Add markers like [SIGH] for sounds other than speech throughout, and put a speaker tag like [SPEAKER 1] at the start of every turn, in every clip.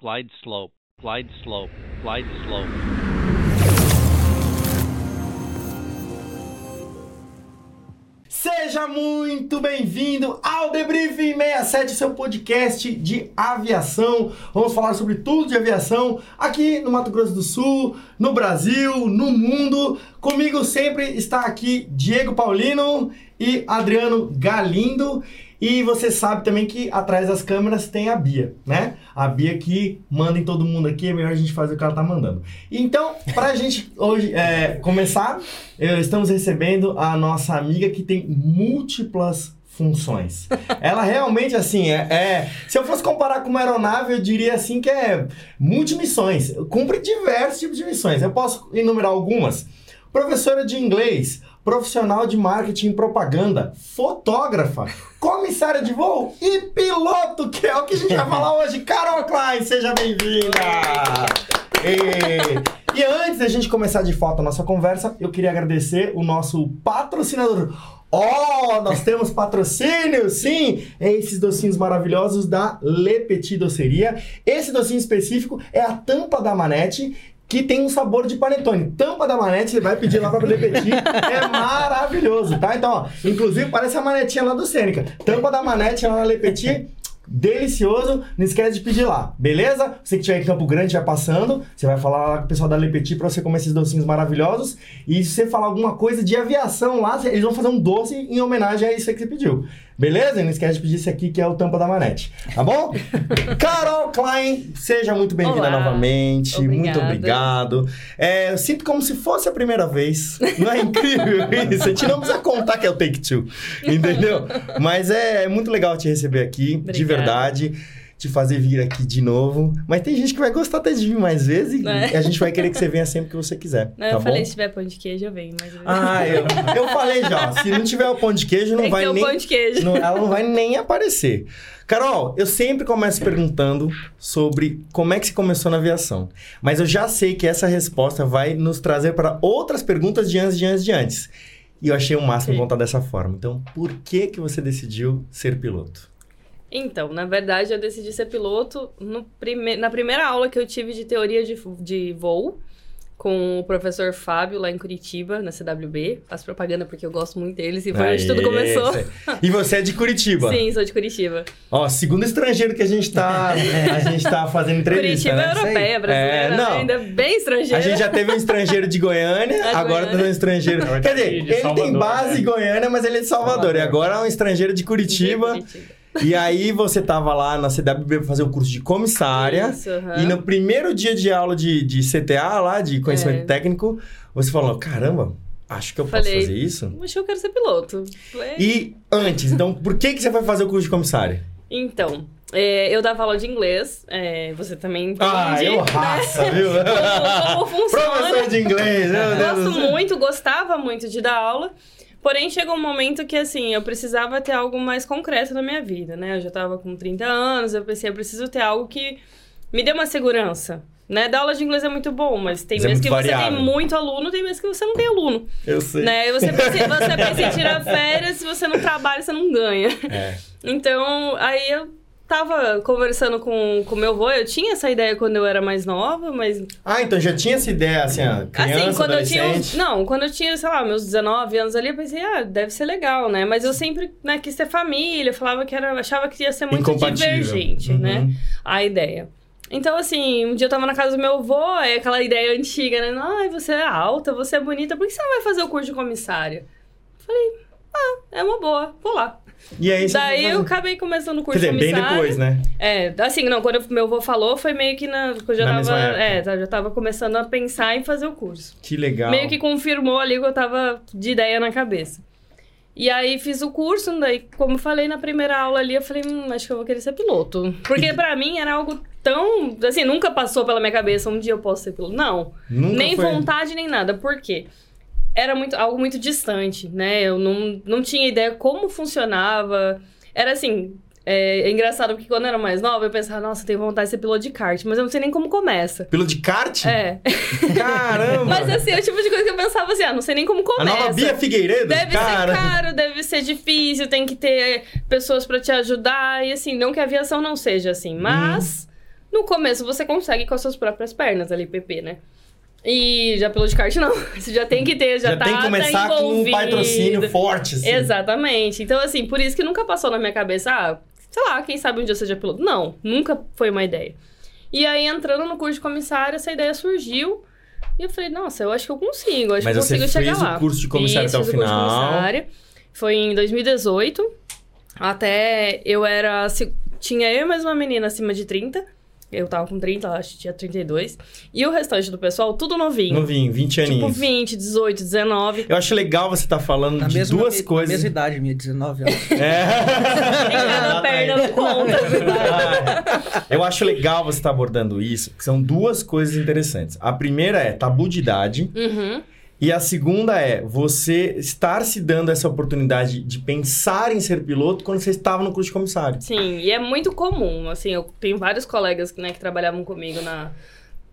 [SPEAKER 1] glide slope, glide slope, glide slope.
[SPEAKER 2] Seja muito bem-vindo ao Debriefing 67, seu podcast de aviação. Vamos falar sobre tudo de aviação aqui no Mato Grosso do Sul, no Brasil, no mundo. Comigo sempre está aqui Diego Paulino e Adriano Galindo. E você sabe também que atrás das câmeras tem a Bia, né? A Bia que manda em todo mundo aqui, é melhor a gente fazer o que ela tá mandando. Então, pra [LAUGHS] gente hoje é, começar, eh, estamos recebendo a nossa amiga que tem múltiplas funções. Ela realmente, assim, é, é- Se eu fosse comparar com uma aeronave, eu diria assim que é multimissões. Cumpre diversos tipos de missões. Eu posso enumerar algumas. Professora de inglês, profissional de marketing e propaganda, fotógrafa, comissária de voo e piloto, que é o que a gente vai falar hoje. Carol Klein, seja bem-vinda! E, e antes da gente começar de fato a nossa conversa, eu queria agradecer o nosso patrocinador. Oh, nós temos patrocínio, sim! É esses docinhos maravilhosos da Le Petit Doceria. Esse docinho específico é a tampa da manete que tem um sabor de panetone. Tampa da manete, você vai pedir lá pra Le Petit. é maravilhoso, tá? Então, ó, inclusive parece a manetinha lá do Sêneca. Tampa da manete lá na Le Petit. Delicioso, não esquece de pedir lá, beleza? Você que estiver em Campo Grande, vai passando, você vai falar lá com o pessoal da Le Petit pra você comer esses docinhos maravilhosos. E se você falar alguma coisa de aviação lá, eles vão fazer um doce em homenagem a isso aí que você pediu. Beleza? E Não esquece de pedir esse aqui que é o tampa da manete, tá bom? Carol Klein, seja muito bem-vinda
[SPEAKER 3] Olá.
[SPEAKER 2] novamente. Muito
[SPEAKER 3] Obrigada.
[SPEAKER 2] obrigado. É, eu sinto como se fosse a primeira vez. Não é incrível [LAUGHS] isso? A gente não precisa contar que é o Take Two, entendeu? Mas é, é muito legal te receber aqui, de
[SPEAKER 3] Obrigada.
[SPEAKER 2] verdade. Te fazer vir aqui de novo. Mas tem gente que vai gostar até de vir mais vezes e
[SPEAKER 3] É.
[SPEAKER 2] a gente vai querer que você venha sempre que você quiser. tá
[SPEAKER 3] Não, eu
[SPEAKER 2] bom?
[SPEAKER 3] falei, se tiver pão de queijo, eu venho. Mas...
[SPEAKER 2] Ah, eu, eu falei já. Se não tiver o pão de queijo, não
[SPEAKER 3] [LAUGHS] Tem que
[SPEAKER 2] vai
[SPEAKER 3] ter um
[SPEAKER 2] nem.
[SPEAKER 3] pão de queijo.
[SPEAKER 2] Não, ela não vai nem aparecer. Carol, eu sempre começo perguntando sobre como é que você começou na aviação. Mas eu já sei que essa resposta vai nos trazer para outras perguntas de antes, de antes, de antes. E eu achei o máximo
[SPEAKER 3] Sim.
[SPEAKER 2] contar dessa forma. Então, por que que você decidiu ser piloto?
[SPEAKER 3] Então, na verdade, eu decidi ser piloto no prime... na primeira aula que eu tive de teoria de, fu- de voo com o professor Fábio lá em Curitiba, na CWB. Faço propaganda porque eu gosto muito deles e foi onde tudo
[SPEAKER 2] Aê,
[SPEAKER 3] começou.
[SPEAKER 2] cê- E você é de Curitiba.
[SPEAKER 3] Sim, sou de Curitiba.
[SPEAKER 2] Ó, segundo estrangeiro que a gente tá, a gente tá fazendo entrevista,
[SPEAKER 3] Curitiba
[SPEAKER 2] né?
[SPEAKER 3] é europeia, brasileira, né?
[SPEAKER 2] É, não.
[SPEAKER 3] ainda bem estrangeira.
[SPEAKER 2] A gente já teve um estrangeiro de
[SPEAKER 3] [LAUGHS]
[SPEAKER 2] Goiânia,
[SPEAKER 3] É,
[SPEAKER 2] agora
[SPEAKER 3] Goiânia.
[SPEAKER 2] tá um estrangeiro.
[SPEAKER 4] Na
[SPEAKER 2] Quer
[SPEAKER 4] verdade,
[SPEAKER 2] dizer,
[SPEAKER 4] de
[SPEAKER 2] ele tem
[SPEAKER 4] Salvador,
[SPEAKER 2] base
[SPEAKER 4] né?
[SPEAKER 2] em Goiânia, mas ele é de Salvador.
[SPEAKER 4] Salvador.
[SPEAKER 2] E agora é um estrangeiro de Curitiba. E aí você tava lá na CWB pra fazer o curso de comissária.
[SPEAKER 3] Isso, aham.
[SPEAKER 2] E no primeiro dia de aula de, de CTA lá, de conhecimento
[SPEAKER 3] É.
[SPEAKER 2] técnico, você falou: caramba, acho que eu posso
[SPEAKER 3] Falei.
[SPEAKER 2] fazer isso.
[SPEAKER 3] Acho que eu quero ser piloto. Falei,
[SPEAKER 2] E antes, então, por que, que você vai fazer o curso de comissária?
[SPEAKER 3] Então, é, eu dava aula de inglês, é, você também entende.
[SPEAKER 2] Ah, eu
[SPEAKER 3] [LAUGHS]
[SPEAKER 2] raça, viu?
[SPEAKER 3] né? Então, Como, como funciona.
[SPEAKER 2] né? Professor de inglês, assim. meu Deus do
[SPEAKER 3] Gosto
[SPEAKER 2] céu.
[SPEAKER 3] muito, gostava muito de dar aula. Porém, chegou um momento que, assim, eu precisava ter algo mais concreto na minha vida, né? Eu já tava com 30 anos, eu pensei, eu preciso ter algo que me dê uma segurança. Né? Dar aula de inglês é muito bom, mas tem
[SPEAKER 2] Mas é
[SPEAKER 3] vezes que
[SPEAKER 2] muito
[SPEAKER 3] você
[SPEAKER 2] variável.
[SPEAKER 3] tem muito aluno, tem vezes que você não tem aluno.
[SPEAKER 2] Eu sei.
[SPEAKER 3] Né? E você
[SPEAKER 2] [LAUGHS]
[SPEAKER 3] pensa, você pensa em tirar férias, se você não trabalha, você não ganha.
[SPEAKER 2] É.
[SPEAKER 3] Então, aí eu tava conversando com o meu avô, eu tinha essa ideia quando eu era mais nova, mas
[SPEAKER 2] Ah, então já tinha essa ideia, assim, ó, criança,
[SPEAKER 3] assim, quando eu tinha.
[SPEAKER 2] adolescente.
[SPEAKER 3] uns- Não, quando eu tinha, sei lá, meus 19 anos ali, eu pensei, ah, deve ser legal, né? Mas eu sempre né, quis ter família, falava que era. achava que ia ser muito
[SPEAKER 2] Incompatível.
[SPEAKER 3] divergente,
[SPEAKER 2] Uhum.
[SPEAKER 3] né? A ideia. Então, assim, um dia eu tava na casa do meu avô, é aquela ideia antiga, né? Ai, você é alta, você é bonita, por que você não vai fazer o curso de comissária? Falei, ah, é uma boa, vou lá.
[SPEAKER 2] E aí, você
[SPEAKER 3] Daí
[SPEAKER 2] foi
[SPEAKER 3] eu
[SPEAKER 2] fazer-
[SPEAKER 3] acabei começando o
[SPEAKER 2] Quer
[SPEAKER 3] curso
[SPEAKER 2] dizer,
[SPEAKER 3] de
[SPEAKER 2] bem
[SPEAKER 3] comissária.
[SPEAKER 2] depois, né?
[SPEAKER 3] É, assim, não, quando meu avô falou, foi meio que na. Eu já
[SPEAKER 2] Na mesma
[SPEAKER 3] tava.
[SPEAKER 2] época.
[SPEAKER 3] É, tá, já tava começando a pensar em fazer o curso.
[SPEAKER 2] Que legal.
[SPEAKER 3] Meio que confirmou ali que eu tava de ideia na cabeça. E aí fiz o curso, daí, como eu falei na primeira aula ali, eu falei, hum, acho que eu vou querer ser piloto. Porque pra mim era algo tão. Assim, nunca passou pela minha cabeça, um dia eu posso ser piloto. Não.
[SPEAKER 2] Nunca
[SPEAKER 3] nem
[SPEAKER 2] foi...
[SPEAKER 3] vontade, nem nada. Por quê? Era muito, algo muito distante, né? Eu não, não tinha ideia como funcionava. Era assim. É, é engraçado porque quando eu era mais nova, eu pensava, nossa, eu tenho vontade de ser piloto de kart, mas eu não sei nem como começa.
[SPEAKER 2] Pelo de kart?
[SPEAKER 3] É.
[SPEAKER 2] Caramba!
[SPEAKER 3] Mas assim, é o tipo de coisa que eu pensava assim, ah, não sei nem como
[SPEAKER 2] A
[SPEAKER 3] começa.
[SPEAKER 2] nova Bia Figueiredo?
[SPEAKER 3] Deve
[SPEAKER 2] cara.
[SPEAKER 3] ser caro, deve ser difícil, tem que ter pessoas pra te ajudar. E assim, não que a aviação não seja assim, mas
[SPEAKER 2] Uhum.
[SPEAKER 3] No começo você consegue com as suas próprias pernas ali, PP, né? E já piloto de kart não. [LAUGHS] Você já tem que ter, já,
[SPEAKER 2] Já
[SPEAKER 3] tá
[SPEAKER 2] tem que começar
[SPEAKER 3] tá
[SPEAKER 2] com um
[SPEAKER 3] envolvido.
[SPEAKER 2] patrocínio forte, assim.
[SPEAKER 3] Exatamente. Então, assim, por isso que nunca passou na minha cabeça, ah, sei lá, quem sabe um dia eu seja piloto. Não, nunca foi uma ideia. E aí, entrando no curso de comissário, essa ideia surgiu. E eu falei, nossa, eu acho que eu consigo, eu acho
[SPEAKER 2] Mas
[SPEAKER 3] que eu
[SPEAKER 2] você
[SPEAKER 3] consigo chegar
[SPEAKER 2] fez
[SPEAKER 3] lá.
[SPEAKER 2] o curso de comissário
[SPEAKER 3] Isso,
[SPEAKER 2] até o
[SPEAKER 3] fiz curso de
[SPEAKER 2] final.
[SPEAKER 3] comissária. Foi em 2018. Até eu era. se- Tinha eu e mais uma menina acima de 30. Eu tava com 30, ela acho que tinha 32. E o restante do pessoal, tudo novinho.
[SPEAKER 2] Novinho, 20
[SPEAKER 3] Tipo
[SPEAKER 2] aninhos.
[SPEAKER 3] 20, 18,
[SPEAKER 2] [LAUGHS]
[SPEAKER 3] 19.
[SPEAKER 2] Eu acho legal você estar falando
[SPEAKER 4] Na
[SPEAKER 2] de
[SPEAKER 4] mesma,
[SPEAKER 2] duas
[SPEAKER 4] na
[SPEAKER 2] coisas.
[SPEAKER 4] mesma idade minha, 19
[SPEAKER 2] [LAUGHS]
[SPEAKER 4] anos.
[SPEAKER 3] [LAUGHS]
[SPEAKER 2] É.
[SPEAKER 3] Nem cada perna não conta.
[SPEAKER 2] Ah, [LAUGHS] Eu acho legal você estar abordando isso, porque são duas coisas interessantes. A primeira é tabu de idade,
[SPEAKER 3] Uhum.
[SPEAKER 2] e a segunda é você estar se dando essa oportunidade de pensar em ser piloto quando você estava no curso de comissário.
[SPEAKER 3] Sim, e é muito comum, assim, eu tenho vários colegas né, que trabalhavam comigo na,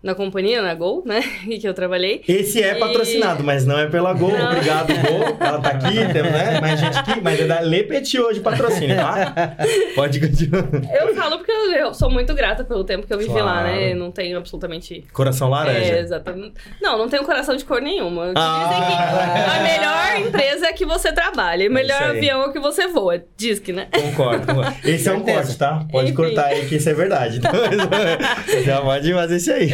[SPEAKER 3] na companhia, na Gol, né, [LAUGHS] que eu trabalhei.
[SPEAKER 2] Esse é
[SPEAKER 3] E-
[SPEAKER 2] patrocinado, mas não é pela Gol.
[SPEAKER 3] Não.
[SPEAKER 2] Obrigado, Gol. Ela tá
[SPEAKER 3] [LAUGHS]
[SPEAKER 2] aqui, tem, né? Mais gente aqui, mas é da Le Petit hoje o patrocínio, tá? Pode continuar.
[SPEAKER 3] Eu falo porque eu, eu sou muito grata pelo tempo que eu vivi lá,
[SPEAKER 2] Claro.
[SPEAKER 3] né, eu não tenho absolutamente...
[SPEAKER 2] Coração
[SPEAKER 3] É,
[SPEAKER 2] laranja.
[SPEAKER 3] exatamente. Não, não tenho coração de cor nenhuma.
[SPEAKER 2] Ah.
[SPEAKER 3] Dizem que a melhor empresa é que você trabalha, o melhor
[SPEAKER 2] isso aí.
[SPEAKER 3] avião é que você voa, diz que, né?
[SPEAKER 2] Concordo, concordo. [LAUGHS] Esse é um
[SPEAKER 4] Certeza.
[SPEAKER 2] corte, tá? Pode
[SPEAKER 3] Enfim.
[SPEAKER 2] cortar aí que isso é
[SPEAKER 3] [LAUGHS]
[SPEAKER 2] verdade. Então, [LAUGHS] Já pode fazer isso aí.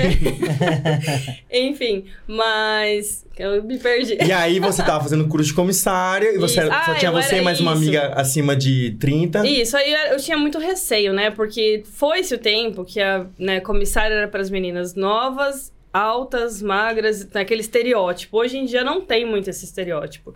[SPEAKER 3] Enfim, mas eu me perdi.
[SPEAKER 2] E aí você tava fazendo curso de comissária e você
[SPEAKER 3] Isso.
[SPEAKER 2] era- só
[SPEAKER 3] Ah,
[SPEAKER 2] tinha
[SPEAKER 3] eu
[SPEAKER 2] você e
[SPEAKER 3] era
[SPEAKER 2] mais uma
[SPEAKER 3] isso.
[SPEAKER 2] amiga acima de 30.
[SPEAKER 3] Isso, aí eu, eu tinha muito receio, né? Porque foi-se o tempo que a né, comissária era para as meninas novas, altas, magras, naquele estereótipo. Hoje em dia não tem muito esse estereótipo.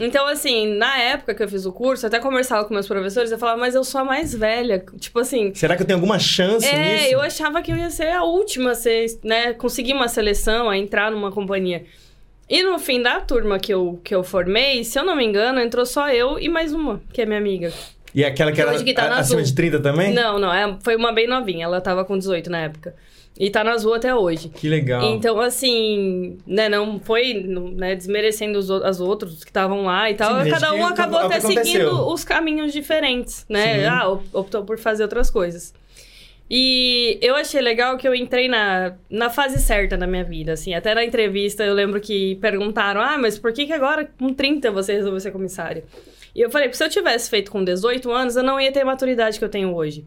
[SPEAKER 3] Então, assim, na época que eu fiz o curso, eu até conversava com meus professores, eu falava, mas eu sou a mais velha. Tipo assim.
[SPEAKER 2] Será que eu tenho alguma chance
[SPEAKER 3] é,
[SPEAKER 2] nisso?
[SPEAKER 3] eu achava que eu ia ser a última a ser, né, conseguir uma seleção, a entrar numa companhia. E no fim da turma que eu, que eu formei, se eu não me engano, entrou só eu e mais uma, que é minha amiga.
[SPEAKER 2] E aquela que era
[SPEAKER 3] Hoje que tá
[SPEAKER 2] a-
[SPEAKER 3] na
[SPEAKER 2] acima
[SPEAKER 3] Azul.
[SPEAKER 2] de 30 também?
[SPEAKER 3] Não, não, é- foi uma bem novinha, ela tava com 18 na época. E tá nas ruas até hoje.
[SPEAKER 2] Que legal.
[SPEAKER 3] Então, assim, né, não foi não, né, desmerecendo os, o- as outros que estavam lá e tal.
[SPEAKER 2] Sim,
[SPEAKER 3] cada
[SPEAKER 2] desde
[SPEAKER 3] um
[SPEAKER 2] que
[SPEAKER 3] acabou
[SPEAKER 2] é o que
[SPEAKER 3] até seguindo
[SPEAKER 2] aconteceu.
[SPEAKER 3] os caminhos diferentes, né?
[SPEAKER 2] Sim.
[SPEAKER 3] Ah, op- optou por fazer outras coisas. E eu achei legal que eu entrei na, na fase certa da minha vida, assim. Até na entrevista eu lembro que perguntaram, ah, mas por que, que agora com 30 você resolveu ser comissária? E eu falei, porque se eu tivesse feito com 18 anos, eu não ia ter a maturidade que eu tenho hoje.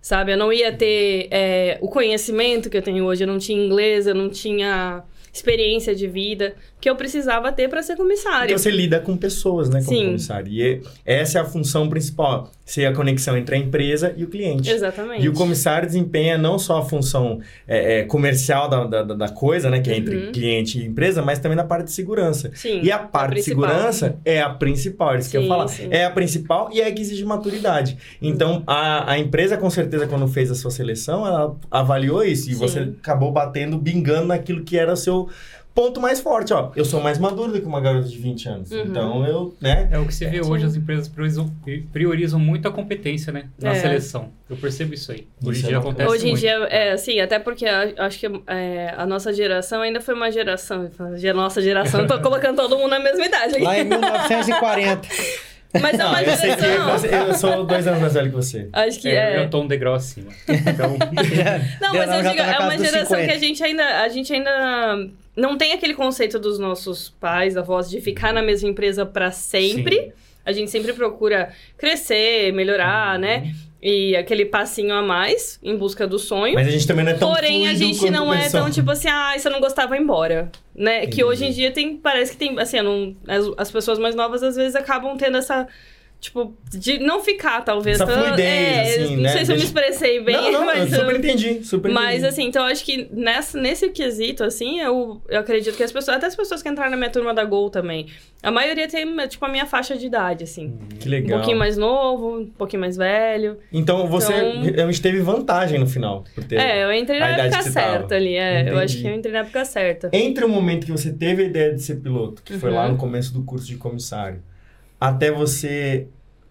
[SPEAKER 3] Sabe? Eu não ia ter é, o conhecimento que eu tenho hoje. Eu não tinha inglês, eu não tinha experiência de vida que eu precisava ter para ser comissária.
[SPEAKER 2] Porque Então você lida com pessoas, né, como
[SPEAKER 3] Sim.
[SPEAKER 2] comissário. E é- essa é a função principal, ser a conexão entre a empresa e o cliente.
[SPEAKER 3] Exatamente.
[SPEAKER 2] E o comissário desempenha não só a função é, é, comercial da, da, da- da coisa, né, que é entre
[SPEAKER 3] Uhum.
[SPEAKER 2] cliente e empresa, mas também na parte de segurança.
[SPEAKER 3] Sim.
[SPEAKER 2] E a parte de
[SPEAKER 3] principal.
[SPEAKER 2] segurança é a principal, é isso que eu ia
[SPEAKER 3] Sim,
[SPEAKER 2] falar.
[SPEAKER 3] sim. Uhum.
[SPEAKER 2] É a principal e é a que exige maturidade. Então, a, a empresa, com certeza, quando fez a sua seleção, ela avaliou isso e
[SPEAKER 3] Sim.
[SPEAKER 2] você acabou batendo, bingando naquilo que era o seu ponto mais forte. Ó, eu sou mais maduro do que uma garota de 20 anos.
[SPEAKER 3] Uhum.
[SPEAKER 2] Então, eu, né?
[SPEAKER 5] É o que se vê hoje, as empresas priorizam, priorizam muito a competência, né? Na
[SPEAKER 3] É.
[SPEAKER 5] seleção. Eu percebo isso aí. Hoje
[SPEAKER 2] Isso é
[SPEAKER 5] em
[SPEAKER 2] bacana.
[SPEAKER 5] dia acontece
[SPEAKER 3] Hoje em
[SPEAKER 5] muito.
[SPEAKER 3] dia, é assim, até porque a- acho que é, a nossa geração ainda foi uma geração. A nossa geração, eu tô colocando todo mundo na mesma idade aqui.
[SPEAKER 4] Lá em 1940.
[SPEAKER 3] Mas é uma
[SPEAKER 2] Ah, eu sei que
[SPEAKER 3] geração.
[SPEAKER 2] você- eu sou dois anos mais velho que você.
[SPEAKER 3] Acho que
[SPEAKER 5] É, Eu
[SPEAKER 3] é.
[SPEAKER 5] já tô um degrau acima. Então,
[SPEAKER 3] Não, mas eu
[SPEAKER 4] [LAUGHS] já
[SPEAKER 3] digo,
[SPEAKER 4] tá na
[SPEAKER 3] é
[SPEAKER 4] casa
[SPEAKER 3] uma
[SPEAKER 4] dos
[SPEAKER 3] geração
[SPEAKER 4] 50.
[SPEAKER 3] que a gente ainda. A gente ainda não tem aquele conceito dos nossos pais, avós, de ficar na mesma empresa pra [LAUGHS] sempre.
[SPEAKER 5] sim.
[SPEAKER 3] A gente sempre procura crescer, melhorar,
[SPEAKER 2] Uhum.
[SPEAKER 3] né? E aquele passinho a mais em busca do sonho.
[SPEAKER 2] Mas a gente também não é tão
[SPEAKER 3] Porém, a
[SPEAKER 2] fluido
[SPEAKER 3] gente
[SPEAKER 2] quanto
[SPEAKER 3] não é
[SPEAKER 2] pensou.
[SPEAKER 3] tão tipo assim, ah, isso eu não gostava, vai embora. Né?
[SPEAKER 2] Entendi.
[SPEAKER 3] Que hoje em dia tem, parece que tem, assim, eu não, as, as pessoas mais novas às vezes acabam tendo essa, tipo, de não ficar, talvez.
[SPEAKER 2] Essa
[SPEAKER 3] tão-
[SPEAKER 2] fluidez,
[SPEAKER 3] é,
[SPEAKER 2] assim,
[SPEAKER 3] não
[SPEAKER 2] né?
[SPEAKER 3] sei se eu me
[SPEAKER 2] Deixa-
[SPEAKER 3] expressei bem,
[SPEAKER 2] não, não,
[SPEAKER 3] mas.
[SPEAKER 2] eu
[SPEAKER 3] eu-
[SPEAKER 2] super entendi, super
[SPEAKER 3] mas
[SPEAKER 2] entendi.
[SPEAKER 3] assim, então eu acho que nessa, nesse quesito, assim, eu, eu acredito que as pessoas, até as pessoas que entraram na minha turma da Gol também, a maioria tem, tipo, a minha faixa de idade, assim.
[SPEAKER 2] Que
[SPEAKER 3] Um
[SPEAKER 2] legal.
[SPEAKER 3] pouquinho mais novo, um pouquinho mais velho.
[SPEAKER 2] Então, você
[SPEAKER 3] Então-
[SPEAKER 2] realmente teve vantagem no final. Por ter...
[SPEAKER 3] É, eu entrei
[SPEAKER 2] a
[SPEAKER 3] na
[SPEAKER 2] idade
[SPEAKER 3] época
[SPEAKER 2] que você tava.
[SPEAKER 3] certa ali, é. Eu acho
[SPEAKER 2] Entendi.
[SPEAKER 3] que eu entrei na época certa.
[SPEAKER 2] Entre o momento que você teve a ideia de ser piloto, que foi
[SPEAKER 3] Uhum.
[SPEAKER 2] lá no começo do curso de comissário, até você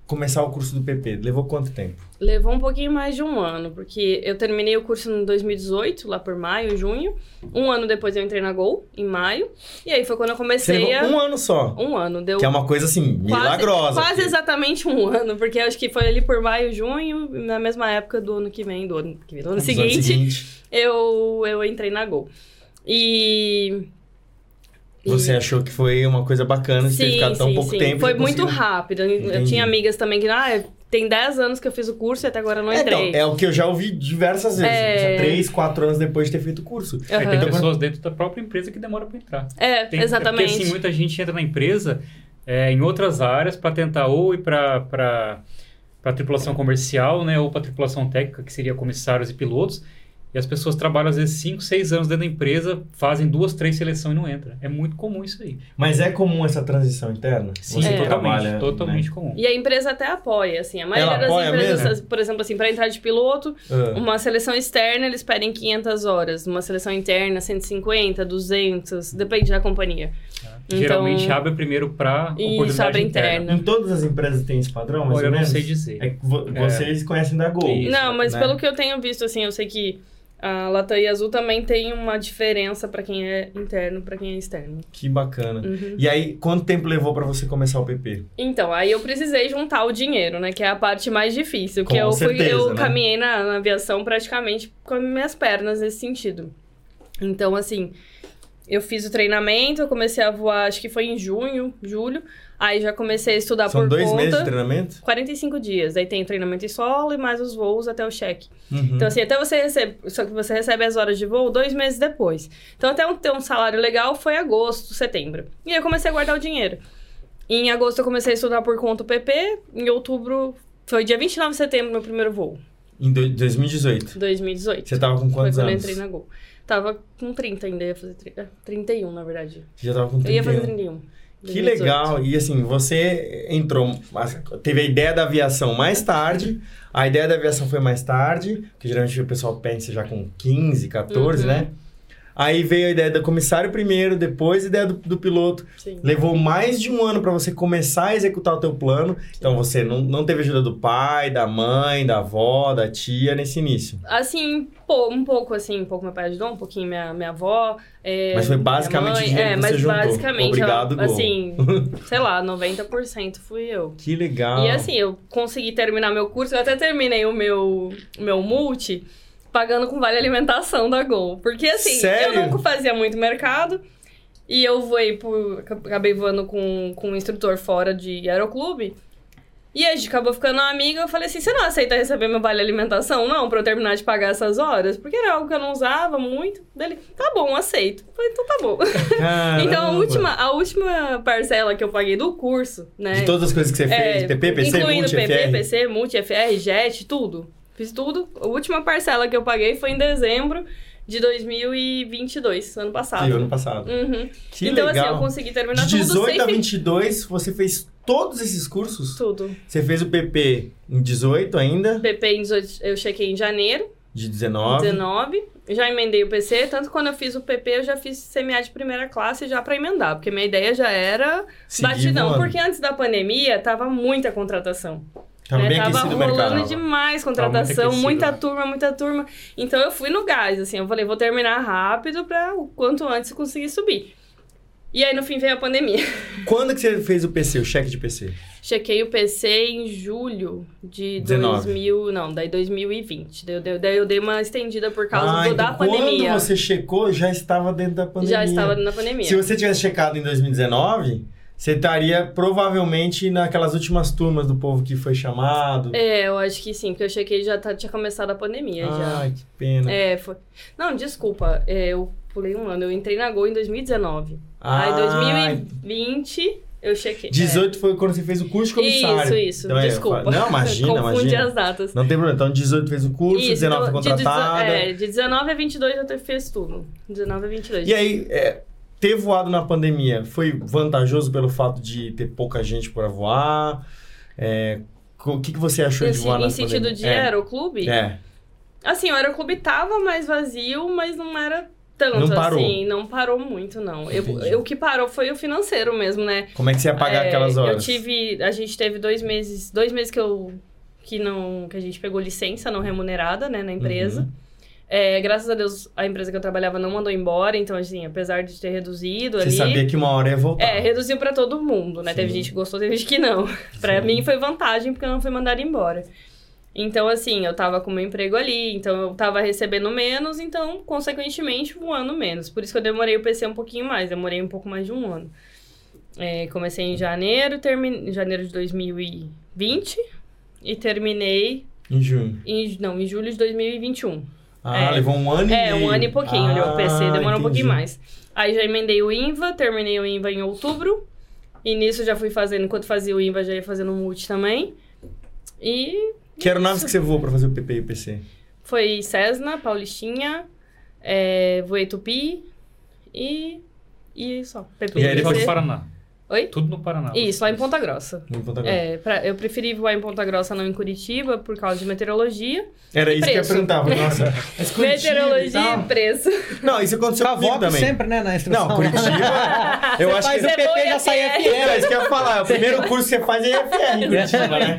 [SPEAKER 2] começar o curso do PP? Levou quanto tempo?
[SPEAKER 3] Levou um pouquinho mais de um ano, porque eu terminei o curso em 2018, lá por maio, junho. Um ano depois eu entrei na Gol, em maio. E aí foi quando eu
[SPEAKER 2] Você
[SPEAKER 3] comecei a.
[SPEAKER 2] levou um ano só.
[SPEAKER 3] Um ano, deu
[SPEAKER 2] Que é uma coisa assim, milagrosa.
[SPEAKER 3] Quase
[SPEAKER 2] porque-
[SPEAKER 3] exatamente um ano, porque acho que foi ali por maio, junho, na mesma época do ano que vem, do ano, que vem, do ano
[SPEAKER 2] Nos anos
[SPEAKER 3] seguinte,
[SPEAKER 2] seguinte,
[SPEAKER 3] Eu, eu entrei na Gol. E. e-
[SPEAKER 2] você achou que foi uma coisa bacana de ter ficado tão pouco tempo. e
[SPEAKER 3] Foi
[SPEAKER 2] ter
[SPEAKER 3] muito
[SPEAKER 2] conseguido.
[SPEAKER 3] rápido. Eu- Eu
[SPEAKER 2] Entendi.
[SPEAKER 3] tinha amigas também que, ah, tem 10 anos que eu fiz o curso e até agora eu não
[SPEAKER 2] É, então,
[SPEAKER 3] entrei.
[SPEAKER 2] é o que eu já ouvi diversas vezes.
[SPEAKER 3] É.
[SPEAKER 2] Três, quatro anos depois de ter feito o curso.
[SPEAKER 3] Aham.
[SPEAKER 5] Aí tem
[SPEAKER 2] Então,
[SPEAKER 5] pessoas dentro da própria empresa que demoram pra entrar.
[SPEAKER 3] É,
[SPEAKER 5] Tem-
[SPEAKER 3] exatamente.
[SPEAKER 5] Porque assim, muita gente entra na empresa é, em outras áreas para tentar ou ir para para tripulação comercial, né, ou para tripulação técnica, que seria comissários e pilotos. E as pessoas trabalham às vezes 5, 6 anos dentro da empresa, fazem duas, três seleções e não entra. É muito comum isso aí.
[SPEAKER 2] Mas é comum essa transição interna?
[SPEAKER 5] Sim,
[SPEAKER 2] Você
[SPEAKER 3] É.
[SPEAKER 2] que
[SPEAKER 5] totalmente,
[SPEAKER 2] trabalha, né?
[SPEAKER 5] totalmente comum.
[SPEAKER 3] E a empresa até apoia, assim. A maioria
[SPEAKER 2] Ela
[SPEAKER 3] das
[SPEAKER 2] apoia
[SPEAKER 3] empresas,
[SPEAKER 2] mesmo?
[SPEAKER 3] por exemplo, assim, pra entrar de piloto,
[SPEAKER 2] né? Ah.
[SPEAKER 3] uma seleção externa eles pedem 500 horas. Uma seleção interna, 150, 200, depende da companhia. Então-
[SPEAKER 5] Geralmente abre primeiro para oportunidade
[SPEAKER 3] Isso, abre
[SPEAKER 5] interna.
[SPEAKER 3] interna.
[SPEAKER 2] Em todas as empresas tem esse padrão, mais ou
[SPEAKER 5] Olha, eu não
[SPEAKER 2] menos?
[SPEAKER 5] sei dizer.
[SPEAKER 2] É que vo- vocês conhecem da Gol.
[SPEAKER 5] Isso,
[SPEAKER 3] Não, mas
[SPEAKER 2] né?
[SPEAKER 3] pelo que eu tenho visto, assim, eu sei que a Latam e Azul também tem uma diferença pra quem é interno, pra quem é externo.
[SPEAKER 2] Que bacana.
[SPEAKER 3] Uhum.
[SPEAKER 2] E aí, quanto tempo levou pra você começar o PP?
[SPEAKER 3] Então, aí eu precisei juntar o dinheiro, né? Que é a parte mais difícil. Porque
[SPEAKER 2] Com
[SPEAKER 3] eu,
[SPEAKER 2] certeza,
[SPEAKER 3] eu
[SPEAKER 2] né?
[SPEAKER 3] caminhei na, na aviação praticamente com as minhas pernas nesse sentido. Então, assim, eu fiz o treinamento, eu comecei a voar, acho que foi em junho, julho. Aí já comecei a estudar
[SPEAKER 2] São
[SPEAKER 3] Tá por
[SPEAKER 2] dois
[SPEAKER 3] conta.
[SPEAKER 2] meses de treinamento?
[SPEAKER 3] 45 dias. Aí tem o treinamento em solo e mais os voos até o cheque.
[SPEAKER 2] Uhum.
[SPEAKER 3] Então, assim, até você recebe. Só que você recebe as horas de voo dois meses depois. Então, até um, ter um salário legal foi agosto, setembro. E aí eu comecei a guardar o dinheiro. Em agosto eu comecei a estudar por conta o PP. Em outubro. Foi dia 29 de setembro meu primeiro voo,
[SPEAKER 2] Uhum. Em do- 2018.
[SPEAKER 3] 2018.
[SPEAKER 2] Você tava com
[SPEAKER 3] Foi
[SPEAKER 2] quantos
[SPEAKER 3] quando eu
[SPEAKER 2] anos?
[SPEAKER 3] entrei na Gol. Tava com 30 ainda, ia fazer 30, é, 31, na verdade.
[SPEAKER 2] Você já tava com
[SPEAKER 3] Eu ia
[SPEAKER 2] 31.
[SPEAKER 3] fazer 31.
[SPEAKER 2] Que
[SPEAKER 3] 2018.
[SPEAKER 2] legal. E assim, você entrou, mas teve a ideia da aviação mais tarde. A ideia da aviação foi mais tarde, que geralmente o pessoal pensa já com 15, 14,
[SPEAKER 3] Uhum.
[SPEAKER 2] né? Aí veio a ideia do comissário primeiro, depois a ideia do, do piloto.
[SPEAKER 3] Sim.
[SPEAKER 2] Levou mais de um ano pra você começar a executar o teu plano. Então você não, não teve ajuda do pai, da mãe, da avó, da tia nesse início.
[SPEAKER 3] Assim, pô, um pouco assim, um pouco meu pai ajudou, um pouquinho minha, minha avó. é,
[SPEAKER 2] Mas foi
[SPEAKER 3] minha
[SPEAKER 2] basicamente o
[SPEAKER 3] mãe,
[SPEAKER 2] dinheiro
[SPEAKER 3] é,
[SPEAKER 2] que
[SPEAKER 3] mas
[SPEAKER 2] você juntou.
[SPEAKER 3] basicamente,
[SPEAKER 2] Obrigado,
[SPEAKER 3] ela-
[SPEAKER 2] Gol. [LAUGHS]
[SPEAKER 3] assim, sei lá, 90% fui eu.
[SPEAKER 2] Que legal.
[SPEAKER 3] E assim, eu consegui terminar meu curso, eu até terminei o meu, o meu multi pagando com vale alimentação da Gol. Porque assim,
[SPEAKER 2] Sério?
[SPEAKER 3] eu nunca fazia muito mercado. E eu voei por. Acabei voando com, com um instrutor fora de aeroclube. E a gente acabou ficando uma amiga. Eu falei assim: você não aceita receber meu vale alimentação, não? Pra eu terminar de pagar essas horas? Porque era algo que eu não usava muito. Daí Ele, tá bom, aceito. Eu falei, então tá bom. [LAUGHS] Então a
[SPEAKER 2] Caramba.
[SPEAKER 3] última, a última parcela que eu paguei do curso, né?
[SPEAKER 2] De todas as coisas que você
[SPEAKER 3] É,
[SPEAKER 2] fez, PP, PC,
[SPEAKER 3] incluindo
[SPEAKER 2] Multi,
[SPEAKER 3] PP,
[SPEAKER 2] FR.
[SPEAKER 3] PC, Multi, FR, Jet, tudo. Fiz tudo. A última parcela que eu paguei foi em dezembro de 2022, ano
[SPEAKER 2] Sim,
[SPEAKER 3] passado.
[SPEAKER 2] ano passado.
[SPEAKER 3] Uhum.
[SPEAKER 2] Que
[SPEAKER 3] então,
[SPEAKER 2] legal.
[SPEAKER 3] assim, eu consegui terminar
[SPEAKER 2] De
[SPEAKER 3] tudo
[SPEAKER 2] 18
[SPEAKER 3] sem
[SPEAKER 2] a um.
[SPEAKER 3] fi-
[SPEAKER 2] 22, você fez todos esses cursos?
[SPEAKER 3] tudo.
[SPEAKER 2] Você fez o PP em 18 ainda,
[SPEAKER 3] PP em 18, eu chequei em janeiro,
[SPEAKER 2] de
[SPEAKER 3] de
[SPEAKER 2] 19.
[SPEAKER 3] 19. Já emendei o PC, tanto que quando eu fiz o PP, eu já fiz CMA de primeira classe já pra emendar, porque minha ideia já era
[SPEAKER 2] Segui
[SPEAKER 3] batidão.
[SPEAKER 2] voando.
[SPEAKER 3] Porque antes da pandemia, tava muita contratação.
[SPEAKER 2] Tava
[SPEAKER 3] né?
[SPEAKER 2] bem
[SPEAKER 3] Tava
[SPEAKER 2] Tá aquecido o mercado. Tá
[SPEAKER 3] rolando demais
[SPEAKER 5] Tava
[SPEAKER 3] contratação,
[SPEAKER 5] muito
[SPEAKER 3] muita
[SPEAKER 5] aquecido.
[SPEAKER 3] turma, muita turma. Então eu fui no gás, assim, eu falei, vou terminar rápido pra o quanto antes eu conseguir subir. E aí no fim veio a pandemia. [LAUGHS]
[SPEAKER 2] Quando que você fez o PC, o cheque de PC?
[SPEAKER 3] Chequei o PC em julho de
[SPEAKER 2] 19.
[SPEAKER 3] 2000, não, daí 2020. Daí eu, dei- daí eu dei uma estendida por causa
[SPEAKER 2] ah,
[SPEAKER 3] do-
[SPEAKER 2] então
[SPEAKER 3] da
[SPEAKER 2] quando
[SPEAKER 3] pandemia.
[SPEAKER 2] você checou, já estava dentro da pandemia.
[SPEAKER 3] Já estava na pandemia.
[SPEAKER 2] Se você tivesse checado em 2019, você estaria provavelmente naquelas últimas turmas do povo que foi chamado.
[SPEAKER 3] É, eu acho que sim, porque eu chequei e já tá- tinha começado a pandemia já.
[SPEAKER 2] Ai, que pena.
[SPEAKER 3] É, foi. Não, desculpa, é, eu pulei um ano. Eu entrei na Gol em 2019.
[SPEAKER 2] Ah,
[SPEAKER 3] Aí, 2020, eu chequei.
[SPEAKER 2] 18 foi quando você fez o curso de
[SPEAKER 3] é. Isso,
[SPEAKER 2] comissário.
[SPEAKER 3] É. isso.
[SPEAKER 2] Então, é,
[SPEAKER 3] Desculpa.
[SPEAKER 2] fa- Não, imagina,
[SPEAKER 3] [LAUGHS] Confundi
[SPEAKER 2] imagina.
[SPEAKER 3] as datas.
[SPEAKER 2] Não tem problema. Então, 18 fez o curso,
[SPEAKER 3] Isso,
[SPEAKER 2] 19 foi
[SPEAKER 3] então, de dezo-
[SPEAKER 2] contratada.
[SPEAKER 3] é, de 19 a 22 eu te- fiz tudo. 19 a 22.
[SPEAKER 2] E aí, é, ter voado na pandemia foi vantajoso pelo fato de ter pouca gente para voar? É, co- o que, que você achou de
[SPEAKER 3] Nesse-
[SPEAKER 2] voar na
[SPEAKER 3] assim, em sentido
[SPEAKER 2] pandemia?
[SPEAKER 3] de
[SPEAKER 2] é.
[SPEAKER 3] aeroclube?
[SPEAKER 2] É.
[SPEAKER 3] Assim, o aeroclube tava mais vazio, mas não era tanto,
[SPEAKER 2] Não parou.
[SPEAKER 3] assim, não parou muito, não. Eu,
[SPEAKER 2] Entendi.
[SPEAKER 3] eu- o que parou foi o financeiro mesmo, né?
[SPEAKER 2] Como é que você ia pagar
[SPEAKER 3] É,
[SPEAKER 2] aquelas
[SPEAKER 3] Eu
[SPEAKER 2] horas?
[SPEAKER 3] tive. A gente teve dois meses. Dois meses que eu. Que não. Que a gente pegou licença não remunerada, né, na empresa.
[SPEAKER 2] Uhum.
[SPEAKER 3] É, graças a Deus, a empresa que eu trabalhava não mandou embora, então, assim, apesar de ter reduzido
[SPEAKER 2] Você
[SPEAKER 3] ali.
[SPEAKER 2] sabia que uma hora ia voltar.
[SPEAKER 3] É, reduziu pra todo mundo, né? Teve
[SPEAKER 2] Sim.
[SPEAKER 3] gente que gostou, teve gente que não. [LAUGHS] Pra
[SPEAKER 2] Sim.
[SPEAKER 3] mim foi vantagem porque eu não fui mandada embora. Então, assim, eu tava com meu emprego ali, então eu tava recebendo menos, então, consequentemente, voando menos. Por isso que eu demorei o PC um pouquinho mais, demorei um pouco mais de um ano. É, comecei em janeiro, termi... em janeiro de 2020 e terminei
[SPEAKER 2] Em junho.
[SPEAKER 3] em, não, em julho de 2021.
[SPEAKER 2] Ah,
[SPEAKER 3] É.
[SPEAKER 2] levou um ano e
[SPEAKER 3] É, um
[SPEAKER 2] meio.
[SPEAKER 3] ano e pouquinho, né?
[SPEAKER 2] Ah,
[SPEAKER 3] O PC demorou um
[SPEAKER 2] entendi.
[SPEAKER 3] pouquinho mais. Aí já emendei o INVA, terminei o INVA em outubro. E nisso já fui fazendo, enquanto fazia o INVA, já ia fazendo o multi também. E
[SPEAKER 2] Que aeronaves que você voou pra fazer o PP e o PC?
[SPEAKER 3] foi Cessna, Paulistinha, é, voei Tupi e. E só. PP,
[SPEAKER 2] E aí ele
[SPEAKER 5] Tudo
[SPEAKER 3] PC.
[SPEAKER 5] no Paraná.
[SPEAKER 3] Oi?
[SPEAKER 5] Tudo no Paraná.
[SPEAKER 3] Isso, lá em Ponta Grossa.
[SPEAKER 2] Em Ponta Grossa.
[SPEAKER 3] É, pra- eu preferi voar em Ponta Grossa, não em Curitiba, por causa de meteorologia.
[SPEAKER 2] Era isso que eu ia
[SPEAKER 3] preço.
[SPEAKER 2] perguntar. falei,
[SPEAKER 4] [LAUGHS]
[SPEAKER 2] Nossa, mas Curitiba e
[SPEAKER 3] meteorologia
[SPEAKER 2] tal.
[SPEAKER 3] e preço.
[SPEAKER 2] Não, isso aconteceu comigo
[SPEAKER 4] Cavoco
[SPEAKER 2] também.
[SPEAKER 4] sempre, né, na instrução.
[SPEAKER 2] Não, Curitiba. Ah, eu acho
[SPEAKER 4] Mas
[SPEAKER 2] que.
[SPEAKER 4] o PP
[SPEAKER 3] Cebola
[SPEAKER 4] já sai
[SPEAKER 3] até.
[SPEAKER 4] FR.
[SPEAKER 2] É, isso que eu ia falar. O primeiro curso que você faz é FR
[SPEAKER 4] [LAUGHS]
[SPEAKER 2] em Curitiba, né?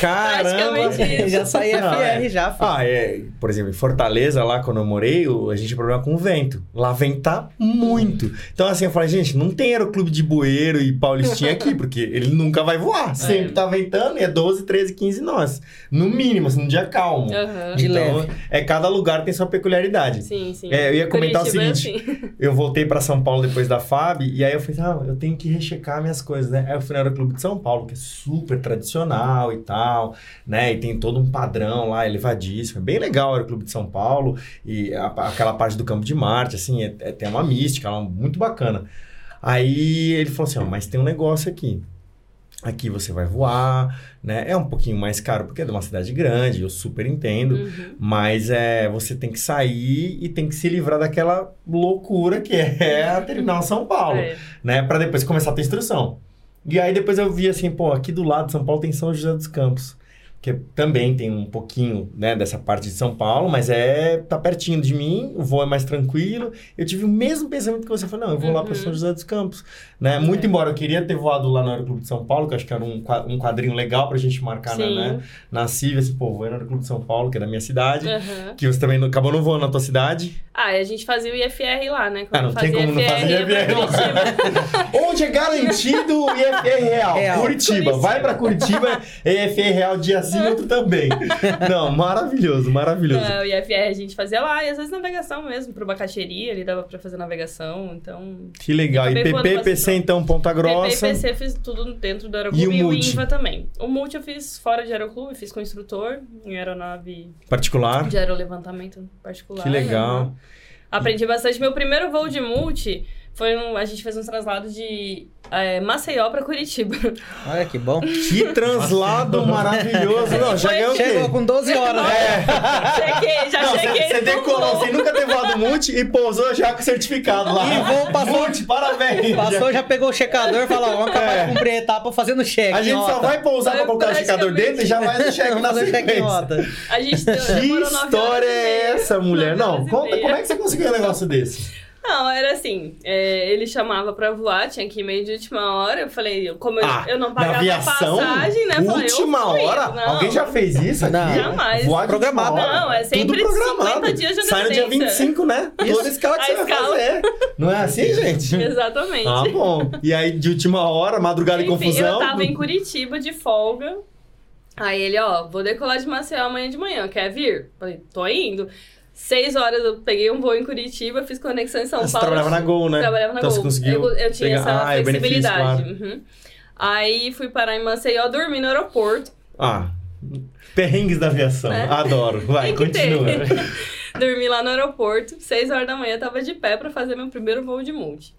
[SPEAKER 2] Caramba.
[SPEAKER 3] Praticamente.
[SPEAKER 4] já sai
[SPEAKER 2] Não,
[SPEAKER 4] FR,
[SPEAKER 2] é.
[SPEAKER 4] já. filho.
[SPEAKER 2] Ah, é. Por exemplo, em Fortaleza, lá quando eu morei, o- a gente tinha problema com o vento. Lá venta muito. Então, assim, eu falei, gente, não tem aeroclube de bueiro e paulistinha aqui, porque ele nunca vai
[SPEAKER 4] É.
[SPEAKER 2] voar. Sempre tá ventando e é 12, 13, 15 nós. No mínimo, assim, num dia calmo.
[SPEAKER 3] Aham.
[SPEAKER 4] De
[SPEAKER 2] então,
[SPEAKER 4] leve.
[SPEAKER 2] é cada lugar tem sua peculiaridade.
[SPEAKER 3] Sim, sim.
[SPEAKER 2] É, eu ia comentar o
[SPEAKER 3] Curitiba é
[SPEAKER 2] seguinte.
[SPEAKER 3] assim.
[SPEAKER 2] [LAUGHS] Eu voltei pra São Paulo depois da FAB e aí eu falei, ah, eu tenho que rechecar minhas coisas, né? Aí eu fui no Aeroclube de São Paulo, que é super tradicional e tal, né? E tem todo um padrão lá elevadíssimo. É bem legal o Aeroclube de São Paulo e a- aquela parte do Campo de Marte, assim, é- é- tem uma mística lá muito bacana. Aí ele falou assim, ó, mas tem um negócio aqui. Aqui você vai voar, né? É um pouquinho mais caro porque é de uma cidade grande, eu super entendo.
[SPEAKER 3] Uhum.
[SPEAKER 2] Mas é, você tem que sair e tem que se livrar daquela loucura que é [LAUGHS] a Terminal São Paulo,
[SPEAKER 3] É.
[SPEAKER 2] né? Pra depois começar a ter instrução. E aí depois eu vi assim, pô, aqui do lado de São Paulo tem São José dos Campos, que também tem um pouquinho, né, dessa parte de São Paulo, mas é tá pertinho de mim, o voo é mais tranquilo. Eu tive o mesmo pensamento que você falou, não, eu vou lá pra
[SPEAKER 3] Uhum.
[SPEAKER 2] São José dos Campos, né? Muito
[SPEAKER 3] É.
[SPEAKER 2] embora eu queria ter voado lá no Aeroclube de São Paulo, que eu acho que era um qua- um quadrinho legal pra gente marcar, na,
[SPEAKER 3] Sim.
[SPEAKER 2] né? Na CIV, assim, pô, vou no Aeroclube de São Paulo, que é da minha cidade.
[SPEAKER 3] Aham.
[SPEAKER 2] Que você também não, acabou não voando na tua cidade.
[SPEAKER 3] Ah, e a gente fazia o IFR lá, né?
[SPEAKER 2] Ah,
[SPEAKER 3] Quando
[SPEAKER 2] não tem
[SPEAKER 3] fazia
[SPEAKER 2] como não fazer
[SPEAKER 3] ia pra
[SPEAKER 2] IFR lá. [LAUGHS]
[SPEAKER 3] Curitiba.
[SPEAKER 2] Onde é garantido o IFR Real?
[SPEAKER 4] Real.
[SPEAKER 2] Curitiba.
[SPEAKER 3] Curitiba.
[SPEAKER 2] Vai pra
[SPEAKER 3] [LAUGHS]
[SPEAKER 2] Curitiba, IFR Real dia sim,
[SPEAKER 3] É.
[SPEAKER 2] outro também. Não, maravilhoso, maravilhoso.
[SPEAKER 3] Não, É, o IFR a gente fazia lá, e às vezes navegação mesmo, pro Bacaxeria, ali dava pra fazer navegação, então...
[SPEAKER 2] Que legal. E
[SPEAKER 3] Acabei voando
[SPEAKER 2] PP, PC
[SPEAKER 3] bastante.
[SPEAKER 2] então, Ponta Grossa.
[SPEAKER 3] PP e PC fiz tudo dentro
[SPEAKER 2] E o
[SPEAKER 3] do aeroclube e o,
[SPEAKER 2] multi?
[SPEAKER 3] INVA também. O multi eu fiz fora de aeroclube, fiz com instrutor, em aeronave
[SPEAKER 2] Particular.
[SPEAKER 3] de aerolevantamento particular.
[SPEAKER 2] Que legal.
[SPEAKER 3] né? Aprendi bastante. Meu primeiro voo de multi foi um... A gente fez um traslado de eh, Maceió pra Curitiba.
[SPEAKER 4] Olha que bom.
[SPEAKER 2] Que translado maravilhoso. Não, já
[SPEAKER 3] Foi-
[SPEAKER 2] ganhou o
[SPEAKER 4] Chegou
[SPEAKER 2] quê?
[SPEAKER 4] com
[SPEAKER 2] [LAUGHS]
[SPEAKER 4] 12 horas. né?
[SPEAKER 2] É.
[SPEAKER 3] cheguei, já
[SPEAKER 2] Não,
[SPEAKER 3] cheguei.
[SPEAKER 2] você
[SPEAKER 3] no voo.
[SPEAKER 2] decolou, você nunca teve voado multi e pousou já com certificado lá.
[SPEAKER 4] E vou, passou-
[SPEAKER 2] Multi, parabéns.
[SPEAKER 4] Passou, já pegou o checador e falou: vamos acabar
[SPEAKER 2] É.
[SPEAKER 4] de cumprir a etapa fazendo cheque.
[SPEAKER 2] A gente só
[SPEAKER 4] nota.
[SPEAKER 2] vai pousar pra colocar o checador dentro e já
[SPEAKER 3] [LAUGHS]
[SPEAKER 2] vai no cheque
[SPEAKER 4] Vamos
[SPEAKER 2] na
[SPEAKER 4] fazer cheque em
[SPEAKER 2] sequência.
[SPEAKER 4] nota.
[SPEAKER 3] A gente deu,
[SPEAKER 2] Que
[SPEAKER 3] é demorou nove
[SPEAKER 2] história
[SPEAKER 3] horas e meia.
[SPEAKER 2] é essa, mulher? Não,
[SPEAKER 3] Nove horas e
[SPEAKER 2] conta
[SPEAKER 3] meia.
[SPEAKER 2] como é que você conseguiu um negócio desse?
[SPEAKER 3] Não, era assim, é, ele chamava pra voar, tinha que ir meio de última hora, eu falei, como eu-
[SPEAKER 2] Ah,
[SPEAKER 3] eu não
[SPEAKER 2] Na
[SPEAKER 3] pagava
[SPEAKER 2] aviação,
[SPEAKER 3] passagem, né? eu falei, eu
[SPEAKER 2] última
[SPEAKER 3] fui,
[SPEAKER 2] hora?
[SPEAKER 3] não.
[SPEAKER 2] Alguém já fez isso aqui?
[SPEAKER 4] Não.
[SPEAKER 3] Jamais.
[SPEAKER 2] Voar de
[SPEAKER 4] Programado.
[SPEAKER 2] última hora.
[SPEAKER 3] Não, é sempre
[SPEAKER 2] Tudo programado.
[SPEAKER 3] 50 dias de
[SPEAKER 2] Sai no dia
[SPEAKER 3] antecedência.
[SPEAKER 2] 25, né? Toda escala que
[SPEAKER 3] A
[SPEAKER 2] você vai
[SPEAKER 3] escala.
[SPEAKER 2] fazer. Não é assim, gente?
[SPEAKER 3] Exatamente.
[SPEAKER 2] Ah, bom. E aí, de última hora, madrugada e
[SPEAKER 3] Enfim,
[SPEAKER 2] confusão.
[SPEAKER 3] eu tava em Curitiba de folga. Aí ele, ó, vou decolar de Maceió amanhã de manhã, quer vir? Falei, tô indo. Seis horas eu peguei um voo em Curitiba, fiz conexão em São
[SPEAKER 2] Você
[SPEAKER 3] Paulo.
[SPEAKER 2] trabalhava na Gol, né?
[SPEAKER 3] Trabalhava na
[SPEAKER 2] então
[SPEAKER 3] Gol.
[SPEAKER 2] você conseguiu.
[SPEAKER 3] eu, eu tinha
[SPEAKER 2] pegar-
[SPEAKER 3] essa
[SPEAKER 2] Ah, é benefício,
[SPEAKER 3] flexibilidade.
[SPEAKER 2] claro.
[SPEAKER 3] uhum. Aí fui parar em Maceió, dormi no aeroporto.
[SPEAKER 2] Ah, perrengues da aviação.
[SPEAKER 3] É.
[SPEAKER 2] Adoro. Vai,
[SPEAKER 3] Tem que ter.
[SPEAKER 2] continua.
[SPEAKER 3] [LAUGHS] Dormi lá no aeroporto, seis horas da manhã, tava de pé pra fazer meu primeiro voo de multi.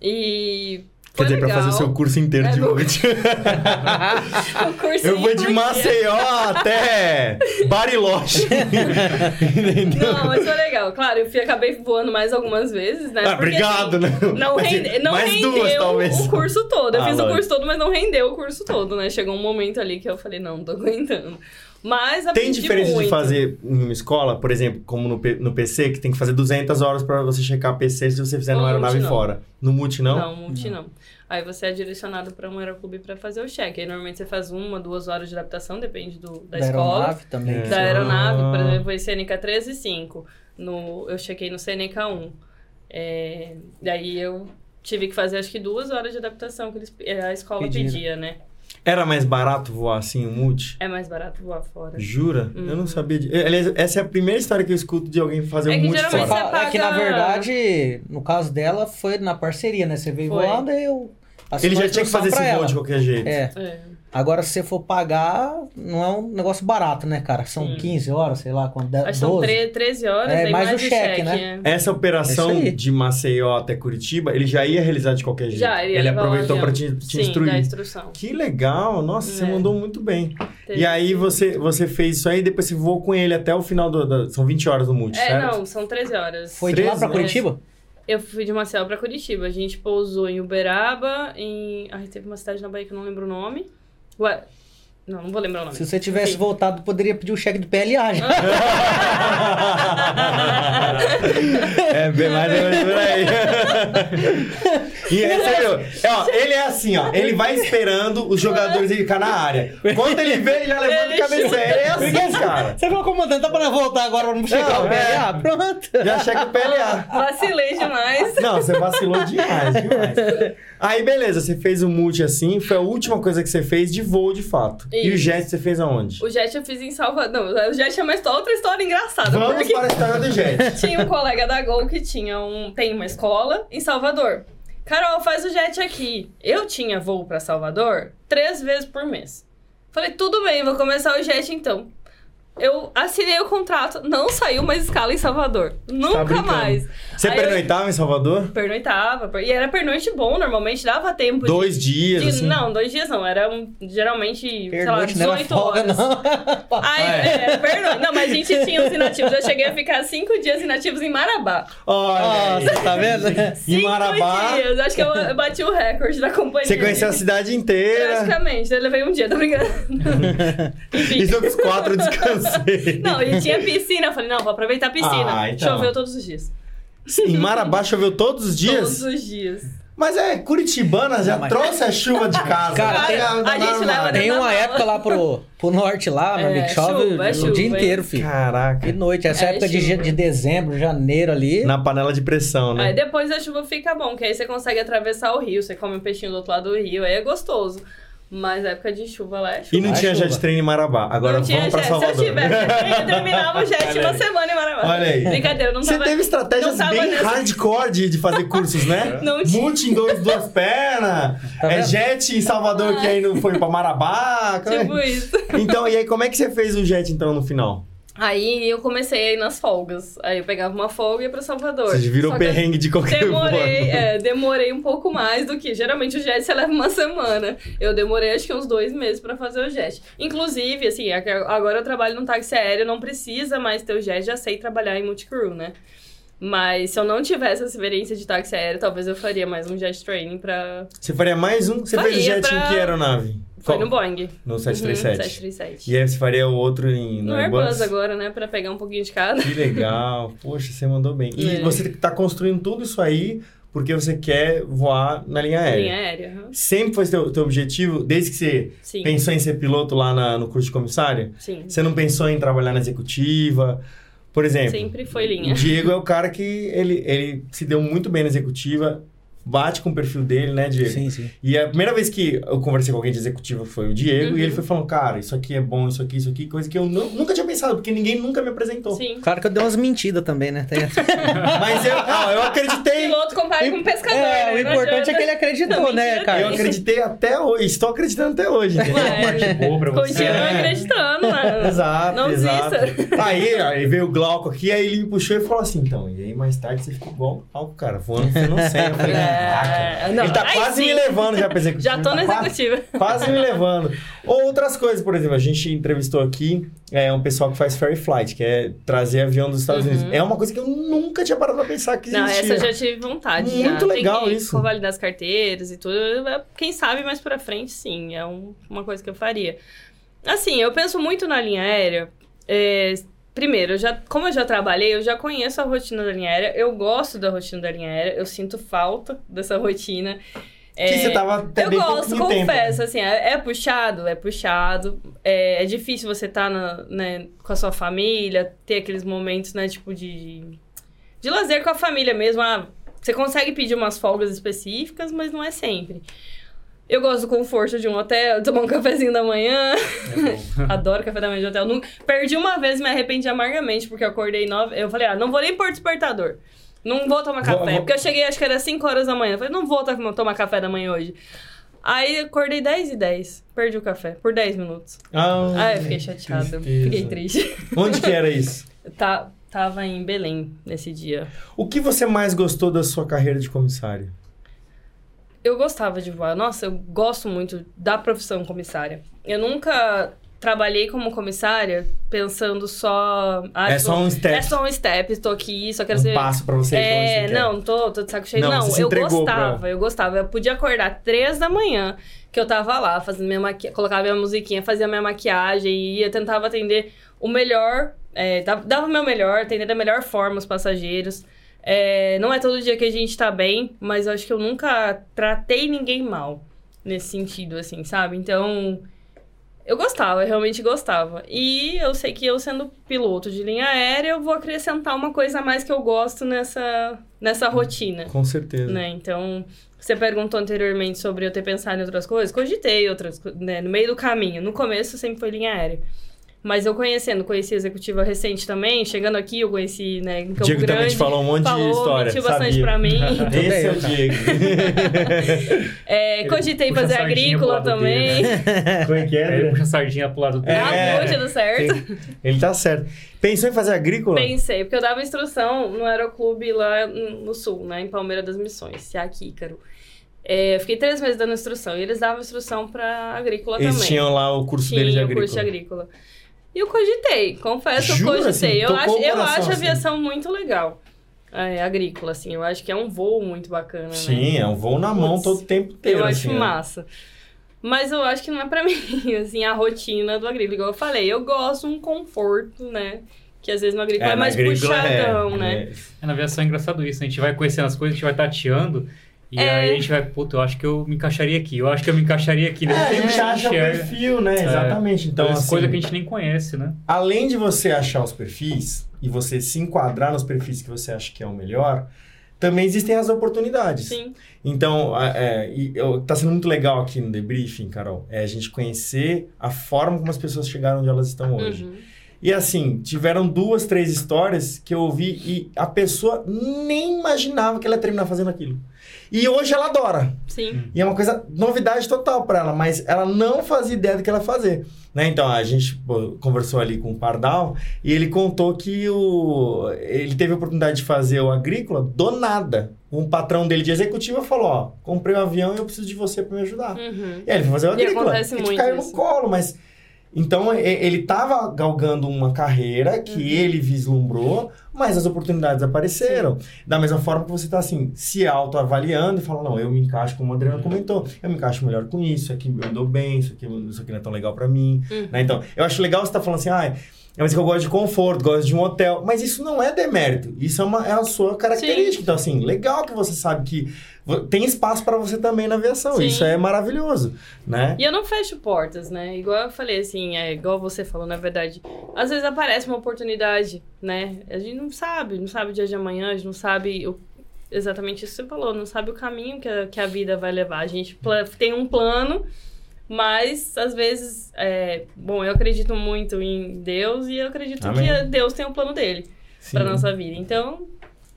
[SPEAKER 3] E.
[SPEAKER 2] Quer
[SPEAKER 3] foi
[SPEAKER 2] dizer, pra
[SPEAKER 3] legal.
[SPEAKER 2] fazer o seu curso inteiro
[SPEAKER 3] É
[SPEAKER 2] de
[SPEAKER 3] bom.
[SPEAKER 2] multi.
[SPEAKER 3] [LAUGHS] O cursinho
[SPEAKER 2] [LAUGHS] Eu vou de
[SPEAKER 3] por dia.
[SPEAKER 2] Maceió até
[SPEAKER 3] [LAUGHS]
[SPEAKER 2] Bariloche.
[SPEAKER 3] É,
[SPEAKER 2] Entendeu?
[SPEAKER 3] Não, mas foi legal. Claro, eu fui, acabei voando mais algumas vezes, né?
[SPEAKER 2] Ah,
[SPEAKER 3] Porque,
[SPEAKER 2] obrigado, né?
[SPEAKER 3] assim, Não,
[SPEAKER 2] Mas,
[SPEAKER 3] rende,
[SPEAKER 2] assim,
[SPEAKER 3] não
[SPEAKER 2] mais
[SPEAKER 3] rendeu
[SPEAKER 2] duas, talvez.
[SPEAKER 3] o curso todo. Eu
[SPEAKER 2] Ah,
[SPEAKER 3] fiz o
[SPEAKER 2] lógico.
[SPEAKER 3] curso todo, mas não rendeu o curso todo, né? Chegou um momento ali que eu falei, não, não tô aguentando. Mas
[SPEAKER 2] Tem
[SPEAKER 3] aprendi
[SPEAKER 2] diferença
[SPEAKER 3] muito.
[SPEAKER 2] de fazer em uma escola, por exemplo, como no, P- no PC, que tem que fazer 200 horas pra você checar PC se você fizer
[SPEAKER 3] No
[SPEAKER 2] numa aeronave
[SPEAKER 3] multi, não.
[SPEAKER 2] fora. No multi, não?
[SPEAKER 3] Não, multi não. Aí você é direcionado para um aeroclube para fazer o check. Aí normalmente você faz uma, duas horas de adaptação, depende do, da, escola.
[SPEAKER 4] aeronave também.
[SPEAKER 2] É.
[SPEAKER 3] Da aeronave, por
[SPEAKER 2] Ah.
[SPEAKER 3] exemplo, foi CNK 13 e 5. No, eu chequei no CNK 1. É, daí eu tive que fazer acho que duas horas de adaptação que eles- eh, a escola
[SPEAKER 4] Pediram.
[SPEAKER 3] pedia, né?
[SPEAKER 2] Era mais barato voar assim, o multi?
[SPEAKER 3] É mais barato voar fora.
[SPEAKER 2] Jura? Eu não sabia. De... Eh, Aliás, essa é a primeira história que eu escuto de alguém fazer
[SPEAKER 3] Uhum. É
[SPEAKER 2] um
[SPEAKER 3] que
[SPEAKER 2] multi
[SPEAKER 3] geralmente
[SPEAKER 2] fora.
[SPEAKER 4] Você
[SPEAKER 3] você
[SPEAKER 4] fala- É que na
[SPEAKER 3] paga-
[SPEAKER 4] verdade, no caso dela, foi na parceria, né? Você veio
[SPEAKER 3] Foi.
[SPEAKER 4] voando e eu.
[SPEAKER 2] Ele
[SPEAKER 4] assino
[SPEAKER 2] já
[SPEAKER 4] a
[SPEAKER 2] tinha que
[SPEAKER 4] instrução
[SPEAKER 2] fazer esse
[SPEAKER 4] pra
[SPEAKER 2] voo
[SPEAKER 4] ela.
[SPEAKER 2] de qualquer jeito.
[SPEAKER 4] É.
[SPEAKER 3] É.
[SPEAKER 4] Agora, se você for pagar, não é um negócio barato, né, cara? São
[SPEAKER 3] Sim.
[SPEAKER 4] 15 horas, sei lá, quanto?
[SPEAKER 3] Acho que
[SPEAKER 4] 12.
[SPEAKER 3] são tre- 13 horas,
[SPEAKER 4] É,
[SPEAKER 3] aí
[SPEAKER 4] mais
[SPEAKER 3] mais,
[SPEAKER 4] o
[SPEAKER 3] o
[SPEAKER 4] cheque,
[SPEAKER 3] cheque,
[SPEAKER 4] né?
[SPEAKER 3] é.
[SPEAKER 2] Essa operação
[SPEAKER 4] É isso aí.
[SPEAKER 2] de Maceió até Curitiba, ele já ia realizar de qualquer jeito.
[SPEAKER 3] Já, ele ia
[SPEAKER 2] ele
[SPEAKER 3] levar o
[SPEAKER 2] aproveitou
[SPEAKER 3] avião.
[SPEAKER 2] pra te, te
[SPEAKER 3] Sim,
[SPEAKER 2] instruir.
[SPEAKER 3] da instrução.
[SPEAKER 2] Que legal, nossa, você
[SPEAKER 3] É.
[SPEAKER 2] mandou muito bem.
[SPEAKER 3] Teve-
[SPEAKER 2] E aí você, você fez isso aí, depois você voou com ele até o final do. da- são 20 horas no multi,
[SPEAKER 3] É,
[SPEAKER 2] certo?
[SPEAKER 3] não, são 13 horas.
[SPEAKER 4] Foi de lá
[SPEAKER 2] 13,
[SPEAKER 4] pra
[SPEAKER 2] né?
[SPEAKER 4] Curitiba?
[SPEAKER 3] Eu fui de Maceió pra Curitiba. A gente pousou em Uberaba, em. Ai, teve uma cidade na Bahia que eu não lembro o nome. Ué. Não, não vou lembrar o nome.
[SPEAKER 4] Se você tivesse
[SPEAKER 3] Enfim.
[SPEAKER 4] voltado, poderia pedir o cheque do PLA já.
[SPEAKER 2] [LAUGHS]
[SPEAKER 3] Ah.
[SPEAKER 2] é bem mais ou menos por aí. e aí você viu? É, ó, ele é assim, ó. Ele vai esperando os jogadores ele ficar na área. Quando ele vê, ele já levanta e
[SPEAKER 3] Ele
[SPEAKER 2] cabeceia. Ele é assim, cara.
[SPEAKER 4] [LAUGHS] Você viu o comandante, tá pra voltar agora pra não chegar
[SPEAKER 2] Não, é.
[SPEAKER 4] o PLA? Pronto.
[SPEAKER 2] Já chega o PLA.
[SPEAKER 3] Vacilei demais.
[SPEAKER 2] Não, você vacilou demais, demais. Aí, beleza, você fez o multi assim, foi a última coisa que você fez de voo de fato. E o
[SPEAKER 3] Isso.
[SPEAKER 2] jet você fez aonde?
[SPEAKER 3] O Jet eu fiz em Salvador. Não, o Jet é mais outra história engraçada.
[SPEAKER 2] Vamos
[SPEAKER 3] porque
[SPEAKER 2] para a história do jet.
[SPEAKER 3] tinha um colega da Gol que tinha um, tem uma escola em Salvador. Carol, faz o jet aqui. Eu tinha voo pra Salvador três vezes por mês. Falei, tudo bem, vou começar o jet então. Eu assinei o contrato, não saiu mais escala em Salvador. Nunca
[SPEAKER 2] brincando.
[SPEAKER 3] mais.
[SPEAKER 2] Você
[SPEAKER 3] Aí eu-
[SPEAKER 2] pernoitava em Salvador?
[SPEAKER 3] Pernoitava. per- E era pernoite bom, normalmente dava tempo. de-
[SPEAKER 2] Dois dias,
[SPEAKER 3] de-
[SPEAKER 2] assim.
[SPEAKER 3] Não, dois dias não. Era um, geralmente,
[SPEAKER 4] Pernoite
[SPEAKER 3] sei
[SPEAKER 4] não
[SPEAKER 3] lá,
[SPEAKER 4] era
[SPEAKER 3] 18
[SPEAKER 4] folga,
[SPEAKER 3] horas. Tá
[SPEAKER 4] não.
[SPEAKER 3] Aí, é, pernoite. Não, mas a gente tinha os inativos. Eu cheguei a ficar cinco dias inativos em Marabá.
[SPEAKER 4] Ó,
[SPEAKER 2] Olha,
[SPEAKER 4] você tá vendo?
[SPEAKER 2] em
[SPEAKER 3] Cinco
[SPEAKER 2] Marabá,
[SPEAKER 3] dias. Acho que eu eu bati o recorde da companhia.
[SPEAKER 2] você conheceu a cidade inteira.
[SPEAKER 3] Praticamente. Eu levei um dia, tô
[SPEAKER 2] [LAUGHS]
[SPEAKER 3] brincando. Enfim.
[SPEAKER 2] E sobre os quatro eu descansei.
[SPEAKER 3] Não, e tinha piscina. Eu falei, não, vou aproveitar a piscina.
[SPEAKER 2] Ah, então.
[SPEAKER 3] Choveu todos os dias.
[SPEAKER 2] Em Marabá choveu todos os dias?
[SPEAKER 3] Todos os dias.
[SPEAKER 2] Mas é, Curitibana já
[SPEAKER 4] Não, mas-
[SPEAKER 2] trouxe a chuva de casa.
[SPEAKER 4] Cara, tem-
[SPEAKER 2] Tá
[SPEAKER 3] a gente
[SPEAKER 2] na-
[SPEAKER 3] leva
[SPEAKER 4] Tem
[SPEAKER 3] na
[SPEAKER 4] uma
[SPEAKER 3] mala.
[SPEAKER 4] época lá pro, pro norte lá, meu
[SPEAKER 3] É,
[SPEAKER 4] amigo, chove
[SPEAKER 3] chuva, é
[SPEAKER 4] o
[SPEAKER 3] chuva,
[SPEAKER 4] dia
[SPEAKER 3] hein?
[SPEAKER 4] inteiro, filho. De
[SPEAKER 2] Caraca.
[SPEAKER 4] noite, essa
[SPEAKER 3] É,
[SPEAKER 4] época de,
[SPEAKER 3] chuva.
[SPEAKER 4] ge- de dezembro, janeiro ali.
[SPEAKER 2] Na panela de pressão, né?
[SPEAKER 3] Aí depois a chuva fica bom, que aí você consegue atravessar o rio, você come um peixinho do outro lado do rio, aí é gostoso. Mas a época de chuva lá é chuva.
[SPEAKER 2] E não
[SPEAKER 4] Vai,
[SPEAKER 2] tinha
[SPEAKER 4] chuva.
[SPEAKER 2] jet train em Marabá. Agora
[SPEAKER 3] Não tinha
[SPEAKER 2] vamos pra
[SPEAKER 3] jet. Se
[SPEAKER 2] Salvador. [LAUGHS]
[SPEAKER 3] eu tivesse, eu terminava o jet uma semana em Marabá.
[SPEAKER 2] Olha aí.
[SPEAKER 3] Brincadeira, eu não
[SPEAKER 2] Você
[SPEAKER 3] tava...
[SPEAKER 2] teve estratégias
[SPEAKER 3] não tava
[SPEAKER 2] bem
[SPEAKER 3] nessa-
[SPEAKER 2] hardcore de, de fazer cursos, né?
[SPEAKER 3] [LAUGHS] Não tinha.
[SPEAKER 2] Multi em dois, duas pernas.
[SPEAKER 4] Tá
[SPEAKER 2] é
[SPEAKER 4] vendo?
[SPEAKER 2] jet em Salvador que aí não foi pra Marabá. cara.
[SPEAKER 3] Tipo isso.
[SPEAKER 2] Então, e aí como é que você fez o jet então no final?
[SPEAKER 3] Aí eu comecei a ir nas folgas. Aí eu pegava uma folga e ia pra Salvador.
[SPEAKER 2] Você virou
[SPEAKER 3] Só que eu
[SPEAKER 2] perrengue de qualquer
[SPEAKER 3] Demorei,
[SPEAKER 2] forma.
[SPEAKER 3] é, demorei um pouco mais do que. Geralmente o jet você leva uma semana. Eu demorei acho que uns dois meses pra fazer o jet. Inclusive, assim, a- agora eu trabalho num táxi aéreo, não precisa mais ter o jet, já sei trabalhar em multicrew, né? Mas se eu não tivesse essa experiência de táxi aéreo, talvez eu faria mais um jet training pra.
[SPEAKER 2] Você faria mais um? Você fez o
[SPEAKER 3] Faria
[SPEAKER 2] jet em
[SPEAKER 3] pra-
[SPEAKER 2] que aeronave?
[SPEAKER 3] Foi
[SPEAKER 2] Qual?
[SPEAKER 3] no Boeing.
[SPEAKER 2] No
[SPEAKER 3] Uhum,
[SPEAKER 2] 737.
[SPEAKER 3] 737.
[SPEAKER 2] E aí você faria o outro em,
[SPEAKER 3] No Airbus agora, né? Pra pegar um pouquinho de
[SPEAKER 4] [LAUGHS]
[SPEAKER 3] cada.
[SPEAKER 2] Que legal. Poxa, você mandou bem. E
[SPEAKER 3] É.
[SPEAKER 2] você tá construindo tudo isso aí porque você quer voar na linha
[SPEAKER 4] É.
[SPEAKER 2] aérea.
[SPEAKER 3] Linha aérea. aham.
[SPEAKER 2] Sempre foi teu, teu objetivo, desde que você
[SPEAKER 3] Sim.
[SPEAKER 2] pensou em ser piloto lá na- no curso de comissária?
[SPEAKER 3] Sim.
[SPEAKER 2] Você não pensou em trabalhar na executiva? Por exemplo,
[SPEAKER 3] Sempre foi
[SPEAKER 2] O
[SPEAKER 3] linha.
[SPEAKER 2] Diego é o cara que ele, ele se deu muito bem na executiva, bate com o perfil dele, né, Diego?
[SPEAKER 4] Sim, sim.
[SPEAKER 2] E a primeira vez que eu conversei com alguém de executiva foi o Diego,
[SPEAKER 3] Uhum.
[SPEAKER 2] e ele foi falando, cara, isso aqui é bom, isso aqui, isso aqui, coisa que eu nu- nunca tinha pensado, porque ninguém nunca me apresentou.
[SPEAKER 3] Sim.
[SPEAKER 4] Claro que eu dei umas mentidas também, né? Tem
[SPEAKER 3] [LAUGHS]
[SPEAKER 4] essa-
[SPEAKER 2] Mas eu, ah, eu acreditei,
[SPEAKER 3] Piloto compara com um pescador.
[SPEAKER 4] é,
[SPEAKER 3] né?
[SPEAKER 4] o
[SPEAKER 3] Não
[SPEAKER 4] importante é
[SPEAKER 3] adianta.
[SPEAKER 4] que ele acreditou,
[SPEAKER 3] Não,
[SPEAKER 4] né,
[SPEAKER 3] mentira,
[SPEAKER 4] cara?
[SPEAKER 2] eu acreditei até hoje, estou acreditando até hoje.
[SPEAKER 4] é
[SPEAKER 2] entendeu?
[SPEAKER 4] [LAUGHS]
[SPEAKER 3] Ué,
[SPEAKER 5] Parte boa pra você.
[SPEAKER 3] Continua
[SPEAKER 2] É.
[SPEAKER 3] acreditando,
[SPEAKER 2] [LAUGHS]
[SPEAKER 3] mano.
[SPEAKER 2] Exato,
[SPEAKER 3] Não
[SPEAKER 2] exato.
[SPEAKER 3] desista.
[SPEAKER 2] Aí, aí veio o Glauco aqui, aí ele me puxou e falou assim, então, e aí mais tarde você ficou igual o Glauco, cara, voando fenomenal. Eu falei, caraca.
[SPEAKER 3] É, não,
[SPEAKER 2] ele tá
[SPEAKER 3] aí
[SPEAKER 2] quase
[SPEAKER 3] sim.
[SPEAKER 2] me levando já pra executiva.
[SPEAKER 3] Já tô
[SPEAKER 2] Tá
[SPEAKER 3] na
[SPEAKER 2] quase-
[SPEAKER 3] executiva.
[SPEAKER 2] Quase me levando. Outras coisas, por exemplo, a gente entrevistou aqui é, um pessoal que faz ferry flight, que é trazer avião dos Estados
[SPEAKER 3] Uhum.
[SPEAKER 2] Unidos. É uma coisa que eu nunca tinha parado pra pensar que
[SPEAKER 3] Não,
[SPEAKER 2] existia.
[SPEAKER 3] essa eu já tive vontade.
[SPEAKER 2] Muito
[SPEAKER 3] já.
[SPEAKER 2] legal
[SPEAKER 3] Tem que
[SPEAKER 2] isso.
[SPEAKER 3] Convalidar É as carteiras e tudo. Quem sabe mais pra frente, sim. É um- uma coisa que eu faria. Assim, eu penso muito na linha aérea. É, primeiro, eu já, como eu já trabalhei, eu já conheço a rotina da linha aérea. Eu gosto da rotina da linha aérea. Eu sinto falta dessa rotina. É,
[SPEAKER 2] que você tava até
[SPEAKER 3] eu
[SPEAKER 2] bem
[SPEAKER 3] gosto,
[SPEAKER 2] um pouquinho tempo. né?
[SPEAKER 3] confesso, assim, é, é puxado, é puxado. É, é difícil você estar com a sua família, ter aqueles momentos, né, tipo, de, de, de lazer com a família mesmo. Ah, você consegue pedir umas folgas específicas, mas não é sempre. Eu gosto do conforto de um hotel, tomar um cafezinho da manhã.
[SPEAKER 5] É bom.
[SPEAKER 3] Adoro café da manhã de hotel. Nunca... Perdi uma vez, me arrependi amargamente, porque eu acordei nove. Eu falei, ah, não vou nem pôr despertador. Não vou tomar
[SPEAKER 2] Vou-
[SPEAKER 3] café.
[SPEAKER 2] vou-
[SPEAKER 3] Porque eu cheguei, acho que era 5 horas da manhã. Eu falei, não vou to- tomar café da manhã hoje. Aí acordei 10 e 10. Perdi o café por 10 minutos.
[SPEAKER 2] Ah,
[SPEAKER 3] Aí eu fiquei chateada.
[SPEAKER 5] tristeza.
[SPEAKER 3] Fiquei triste. [LAUGHS]
[SPEAKER 2] Onde que era isso?
[SPEAKER 3] Tá, tava em Belém nesse dia.
[SPEAKER 2] O que você mais gostou da sua carreira de comissário?
[SPEAKER 3] Eu gostava de voar. Nossa, eu gosto muito da profissão comissária. Eu nunca trabalhei como comissária pensando só. ah,
[SPEAKER 2] é
[SPEAKER 3] tipo,
[SPEAKER 2] só um step,
[SPEAKER 3] É só um step, tô aqui, só quero
[SPEAKER 2] um
[SPEAKER 3] ser.
[SPEAKER 2] passo pra você. ir
[SPEAKER 3] é,
[SPEAKER 2] onde você quer.
[SPEAKER 3] não, tô, tô de saco cheio.
[SPEAKER 2] Não,
[SPEAKER 3] Não,
[SPEAKER 2] você se
[SPEAKER 3] eu
[SPEAKER 2] entregou pra-
[SPEAKER 3] gostava, eu gostava. Eu podia acordar três da manhã, que eu tava lá, fazendo minha maqui... colocava minha musiquinha, fazia minha maquiagem, e ia, tentava atender o melhor, é, dava- dava o meu melhor, atender da melhor forma os passageiros. É, não é todo dia que a gente tá bem, mas eu acho que eu nunca tratei ninguém mal nesse sentido, assim, sabe? Então, eu gostava, eu realmente gostava. E eu sei que eu, sendo piloto de linha aérea, eu vou acrescentar uma coisa a mais que eu gosto nessa, nessa rotina.
[SPEAKER 2] Com certeza.
[SPEAKER 3] Né? Então, você perguntou anteriormente sobre eu ter pensado em outras coisas. Cogitei outras co- né? No meio do caminho. No começo sempre foi linha aérea. Mas eu conhecendo, conheci a executiva recente também. Chegando aqui, eu conheci, né, em Campo
[SPEAKER 2] Diego
[SPEAKER 3] Grande.
[SPEAKER 2] também te falou um monte de história.
[SPEAKER 3] mentiu bastante
[SPEAKER 2] sabia.
[SPEAKER 3] pra mim.
[SPEAKER 2] [LAUGHS] Esse é o Diego.
[SPEAKER 3] É, cogitei
[SPEAKER 5] Puxa a
[SPEAKER 3] fazer
[SPEAKER 5] sardinha
[SPEAKER 3] agrícola
[SPEAKER 5] pro lado dele,
[SPEAKER 3] também. [LAUGHS]
[SPEAKER 2] Como é que é,
[SPEAKER 5] Ele
[SPEAKER 2] André?
[SPEAKER 5] puxa a sardinha pro lado dele.
[SPEAKER 2] É.
[SPEAKER 3] Ah, puxa, deu certo.
[SPEAKER 2] Ele tá certo. Pensou em fazer agrícola?
[SPEAKER 3] Pensei, porque eu dava instrução no aeroclube lá no sul, né? Em Palmeira das Missões, Siak Ícaro. É, eu fiquei três meses dando instrução. E eles davam instrução pra agrícola
[SPEAKER 2] Eles
[SPEAKER 3] também.
[SPEAKER 2] tinham lá o curso
[SPEAKER 3] Tinha
[SPEAKER 2] dele de
[SPEAKER 3] o
[SPEAKER 2] agrícola.
[SPEAKER 3] curso de agrícola. E eu cogitei, confesso,
[SPEAKER 2] Jura,
[SPEAKER 3] eu cogitei.
[SPEAKER 2] assim?
[SPEAKER 3] eu
[SPEAKER 2] Tocou
[SPEAKER 3] acho,
[SPEAKER 2] o
[SPEAKER 3] eu
[SPEAKER 2] coração,
[SPEAKER 3] acho
[SPEAKER 2] assim?
[SPEAKER 3] a aviação muito legal. É, agrícola, assim. Eu acho que é um voo muito bacana, né?
[SPEAKER 2] Sim, é um voo na mão
[SPEAKER 3] Putz,
[SPEAKER 2] todo o tempo inteiro.
[SPEAKER 3] Eu
[SPEAKER 2] assim,
[SPEAKER 3] acho
[SPEAKER 2] né?
[SPEAKER 3] massa. Mas eu acho que não é pra [LAUGHS] mim, assim, a rotina do agrícola. Igual eu falei, eu gosto de um conforto, né? Que às vezes no agrícola é,
[SPEAKER 2] na
[SPEAKER 3] mais
[SPEAKER 2] agrícola é,
[SPEAKER 3] puxadão, né?
[SPEAKER 5] É, na aviação é engraçado isso, né? a gente vai conhecendo as coisas, a gente vai tateando, e
[SPEAKER 3] É.
[SPEAKER 5] aí a gente vai, puta, eu acho que eu me encaixaria aqui, eu acho que eu me encaixaria aqui. né?
[SPEAKER 2] É, a gente acha o
[SPEAKER 5] enxerga.
[SPEAKER 2] perfil, né? Exatamente. Então,
[SPEAKER 5] Então,
[SPEAKER 2] assim,
[SPEAKER 5] coisa que a gente nem conhece, né?
[SPEAKER 2] além de você achar os perfis e você se enquadrar nos perfis que você acha que é o melhor, também existem as oportunidades.
[SPEAKER 3] Sim.
[SPEAKER 2] Então, a- é, e eu- tá sendo muito legal aqui no debriefing, Carol, é a gente conhecer a forma como as pessoas chegaram onde elas estão hoje.
[SPEAKER 3] Uhum.
[SPEAKER 2] E assim, tiveram duas, três histórias que eu ouvi e a pessoa nem imaginava que ela ia terminar fazendo aquilo. E hoje ela adora.
[SPEAKER 3] Sim.
[SPEAKER 2] E é uma coisa, novidade total pra ela, mas ela não fazia ideia do que ela ia fazer. Né? Então, a gente pô, conversou ali com o Pardal e ele contou que o, ele teve a oportunidade de fazer o agrícola do nada. Um patrão dele de executiva falou: Ó, comprei um avião e eu preciso de você pra me ajudar.
[SPEAKER 3] Uhum.
[SPEAKER 2] E aí É, ele foi fazer o
[SPEAKER 3] E
[SPEAKER 2] agrícola.
[SPEAKER 3] acontece
[SPEAKER 2] ele
[SPEAKER 3] muito
[SPEAKER 2] caiu no
[SPEAKER 3] isso.
[SPEAKER 2] colo, mas. Então e- ele estava galgando uma carreira
[SPEAKER 3] Uhum.
[SPEAKER 2] que ele vislumbrou, mas as oportunidades apareceram. Da mesma forma que você está assim, se autoavaliando e fala: não, eu me encaixo, como o
[SPEAKER 3] Uhum.
[SPEAKER 2] Adriano comentou, eu me encaixo melhor com isso, aqui eu dou bem, isso aqui, isso aqui não é tão legal para mim.
[SPEAKER 3] Uhum.
[SPEAKER 2] né? Então, eu acho legal você estar falando assim, ah, mas eu gosto de conforto, gosto de um hotel. Mas isso não é demérito, isso é, uma, é a sua característica. Então, assim, legal que você sabe que Vo- Tem espaço pra você também na aviação.
[SPEAKER 3] Sim.
[SPEAKER 2] Isso é maravilhoso, né?
[SPEAKER 3] E eu não fecho portas, né? Igual eu falei, assim, é igual você falou, na verdade. Às vezes aparece uma oportunidade, né? A gente não sabe, não sabe o dia de amanhã, a gente não sabe o- exatamente isso que você falou, não sabe o caminho que a, que a vida vai levar. A gente pla- tem um plano, mas às vezes, é, bom, eu acredito muito em Deus e eu acredito
[SPEAKER 2] Amém.
[SPEAKER 3] que Deus tem um plano dele
[SPEAKER 2] Sim.
[SPEAKER 3] pra nossa vida. Então,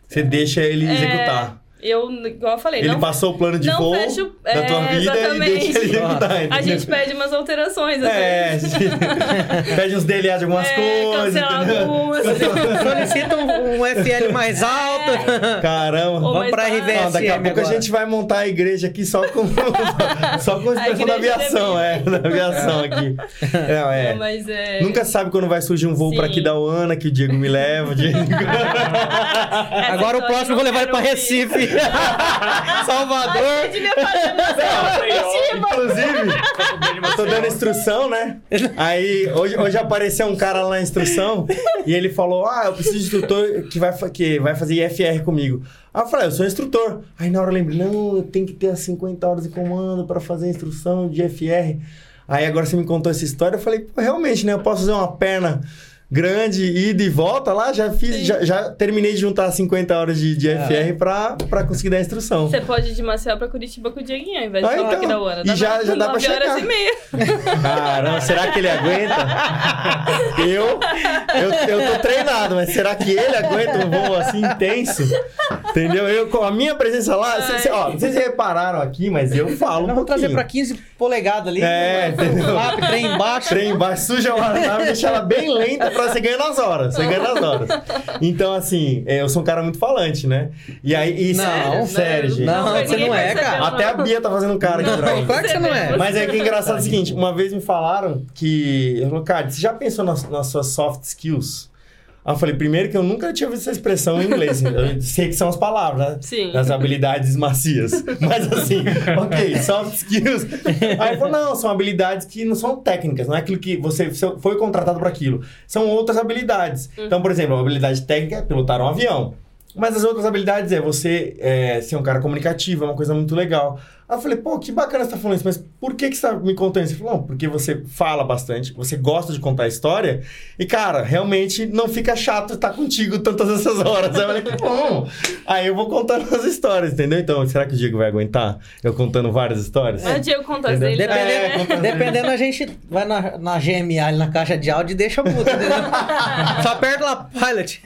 [SPEAKER 2] Você deixa ele
[SPEAKER 3] É,
[SPEAKER 2] executar.
[SPEAKER 3] eu, igual eu falei,
[SPEAKER 2] Ele
[SPEAKER 3] não
[SPEAKER 2] passou o plano de
[SPEAKER 3] não
[SPEAKER 2] voo
[SPEAKER 3] fecho-
[SPEAKER 2] da
[SPEAKER 3] é,
[SPEAKER 2] tua vida e deixa ele [LAUGHS]
[SPEAKER 3] exatamente.
[SPEAKER 2] executar.
[SPEAKER 3] A
[SPEAKER 2] entendeu?
[SPEAKER 3] gente pede umas alterações, assim.
[SPEAKER 2] É, a gente [LAUGHS] pede uns DLA de algumas
[SPEAKER 3] É,
[SPEAKER 2] coisas.
[SPEAKER 3] cancelar
[SPEAKER 2] entendeu?
[SPEAKER 3] algumas. né?
[SPEAKER 4] Solicita um, um FL
[SPEAKER 3] É.
[SPEAKER 4] mais alto. [LAUGHS]
[SPEAKER 2] Caramba.
[SPEAKER 3] Ou
[SPEAKER 4] Vamos pra
[SPEAKER 3] mais
[SPEAKER 4] RVS.
[SPEAKER 2] Não, daqui a
[SPEAKER 4] SM
[SPEAKER 2] pouco a
[SPEAKER 4] agora.
[SPEAKER 2] gente vai montar a igreja aqui só com [LAUGHS] só com a expressão da
[SPEAKER 3] igreja da
[SPEAKER 2] aviação, é, da aviação aqui.
[SPEAKER 3] [LAUGHS]
[SPEAKER 2] Não, é.
[SPEAKER 3] Não, Mas é.
[SPEAKER 2] Nunca sabe quando vai surgir um voo pra
[SPEAKER 3] Sim.
[SPEAKER 2] aqui da Uana que o Diego me leva. o Diego-
[SPEAKER 3] Essa [LAUGHS]
[SPEAKER 4] Agora o
[SPEAKER 3] história
[SPEAKER 4] próximo eu
[SPEAKER 3] eu
[SPEAKER 4] vou
[SPEAKER 3] não
[SPEAKER 4] levar ele pra
[SPEAKER 3] quero ouvir.
[SPEAKER 4] Recife.
[SPEAKER 3] A
[SPEAKER 4] Salvador.
[SPEAKER 3] gente devia fazer
[SPEAKER 4] [LAUGHS]
[SPEAKER 3] uma
[SPEAKER 2] Inclusive, [LAUGHS]
[SPEAKER 5] Eu
[SPEAKER 2] tô dando
[SPEAKER 5] isso.
[SPEAKER 2] instrução, né? Aí, hoje, hoje apareceu um cara lá na instrução e ele falou: Ah, eu preciso de instrutor que vai, fa- que vai fazer IFR comigo. Aí eu falei: "Ah, Eu sou instrutor. Aí na hora eu lembrei: Não, eu tenho que ter as 50 horas de comando pra fazer instrução de IFR. Aí agora você me contou essa história. Eu falei: Pô, realmente, né? Eu posso fazer uma perna. Grande, ida e volta lá, já fiz, já, já terminei de juntar as 50 horas de, de FR pra, pra conseguir dar a instrução.
[SPEAKER 3] Você pode ir de Maceió pra Curitiba com o Dieguinho, ao invés de
[SPEAKER 2] Ah,
[SPEAKER 3] falar
[SPEAKER 2] então.
[SPEAKER 3] aqui da Ana.
[SPEAKER 2] E já- já dá pra
[SPEAKER 3] nove horas
[SPEAKER 2] chegar.
[SPEAKER 3] e meia.
[SPEAKER 2] Caramba, será que ele aguenta? Eu, eu, eu tô treinado, mas será que ele aguenta um voo assim intenso? Entendeu? Eu com a minha presença lá, cê, cê, ó, vocês repararam aqui, mas eu falo um
[SPEAKER 4] Nós vamos trazer
[SPEAKER 2] pouquinho.
[SPEAKER 4] pra 15 polegadas ali.
[SPEAKER 2] É, entendeu?
[SPEAKER 4] Lápis, trem embaixo.
[SPEAKER 2] Trem embaixo, suja a aeronave, deixa ela bem lenta pra você ganhar nas horas. Você ganha nas horas. Então, assim, é, eu sou um cara muito falante, né? E aí, e,
[SPEAKER 4] Não,
[SPEAKER 2] sério, gente.
[SPEAKER 4] Não,
[SPEAKER 3] foi
[SPEAKER 4] você
[SPEAKER 3] ninguém
[SPEAKER 4] não é,
[SPEAKER 3] percebeu,
[SPEAKER 4] cara.
[SPEAKER 2] Até a
[SPEAKER 3] não.
[SPEAKER 2] Bia tá fazendo cara aqui pra
[SPEAKER 4] Não,
[SPEAKER 2] mim.
[SPEAKER 4] claro que você não é.
[SPEAKER 2] Mas é que é engraçado é o seguinte: uma vez me falaram que. Eu falei, cara, você já pensou nas, nas suas soft skills? Aí eu falei, primeiro que eu nunca tinha visto essa expressão em inglês. Eu sei que são as palavras, né?
[SPEAKER 3] Sim.
[SPEAKER 2] Das habilidades macias. [LAUGHS] Mas assim, ok, soft skills. Aí eu falei, não, são habilidades que não são técnicas, não é aquilo que você você foi contratado para aquilo. São outras habilidades.
[SPEAKER 3] Uhum.
[SPEAKER 2] Então, por exemplo, a habilidade técnica é pilotar um avião. Mas as outras habilidades é você é, ser um cara comunicativo, é uma coisa muito legal. Aí eu falei, pô, que bacana você tá falando isso, mas por que, que você tá me contando isso? Ele falou, não, porque você fala bastante, você gosta de contar história, e, cara, realmente não fica chato estar contigo tantas essas horas. Aí eu falei, que bom! Aí eu vou contando as histórias, entendeu? Então, será que o Diego vai aguentar eu contando várias histórias?
[SPEAKER 3] Mas o Diego conta as
[SPEAKER 2] Entendeu? é,
[SPEAKER 3] dele.
[SPEAKER 4] Dependendo,
[SPEAKER 3] também, né?
[SPEAKER 4] dependendo, a gente vai na, na GMA, ali na caixa de áudio e deixa mudo,
[SPEAKER 3] [LAUGHS]
[SPEAKER 4] entendeu? Só aperta lá, pilot.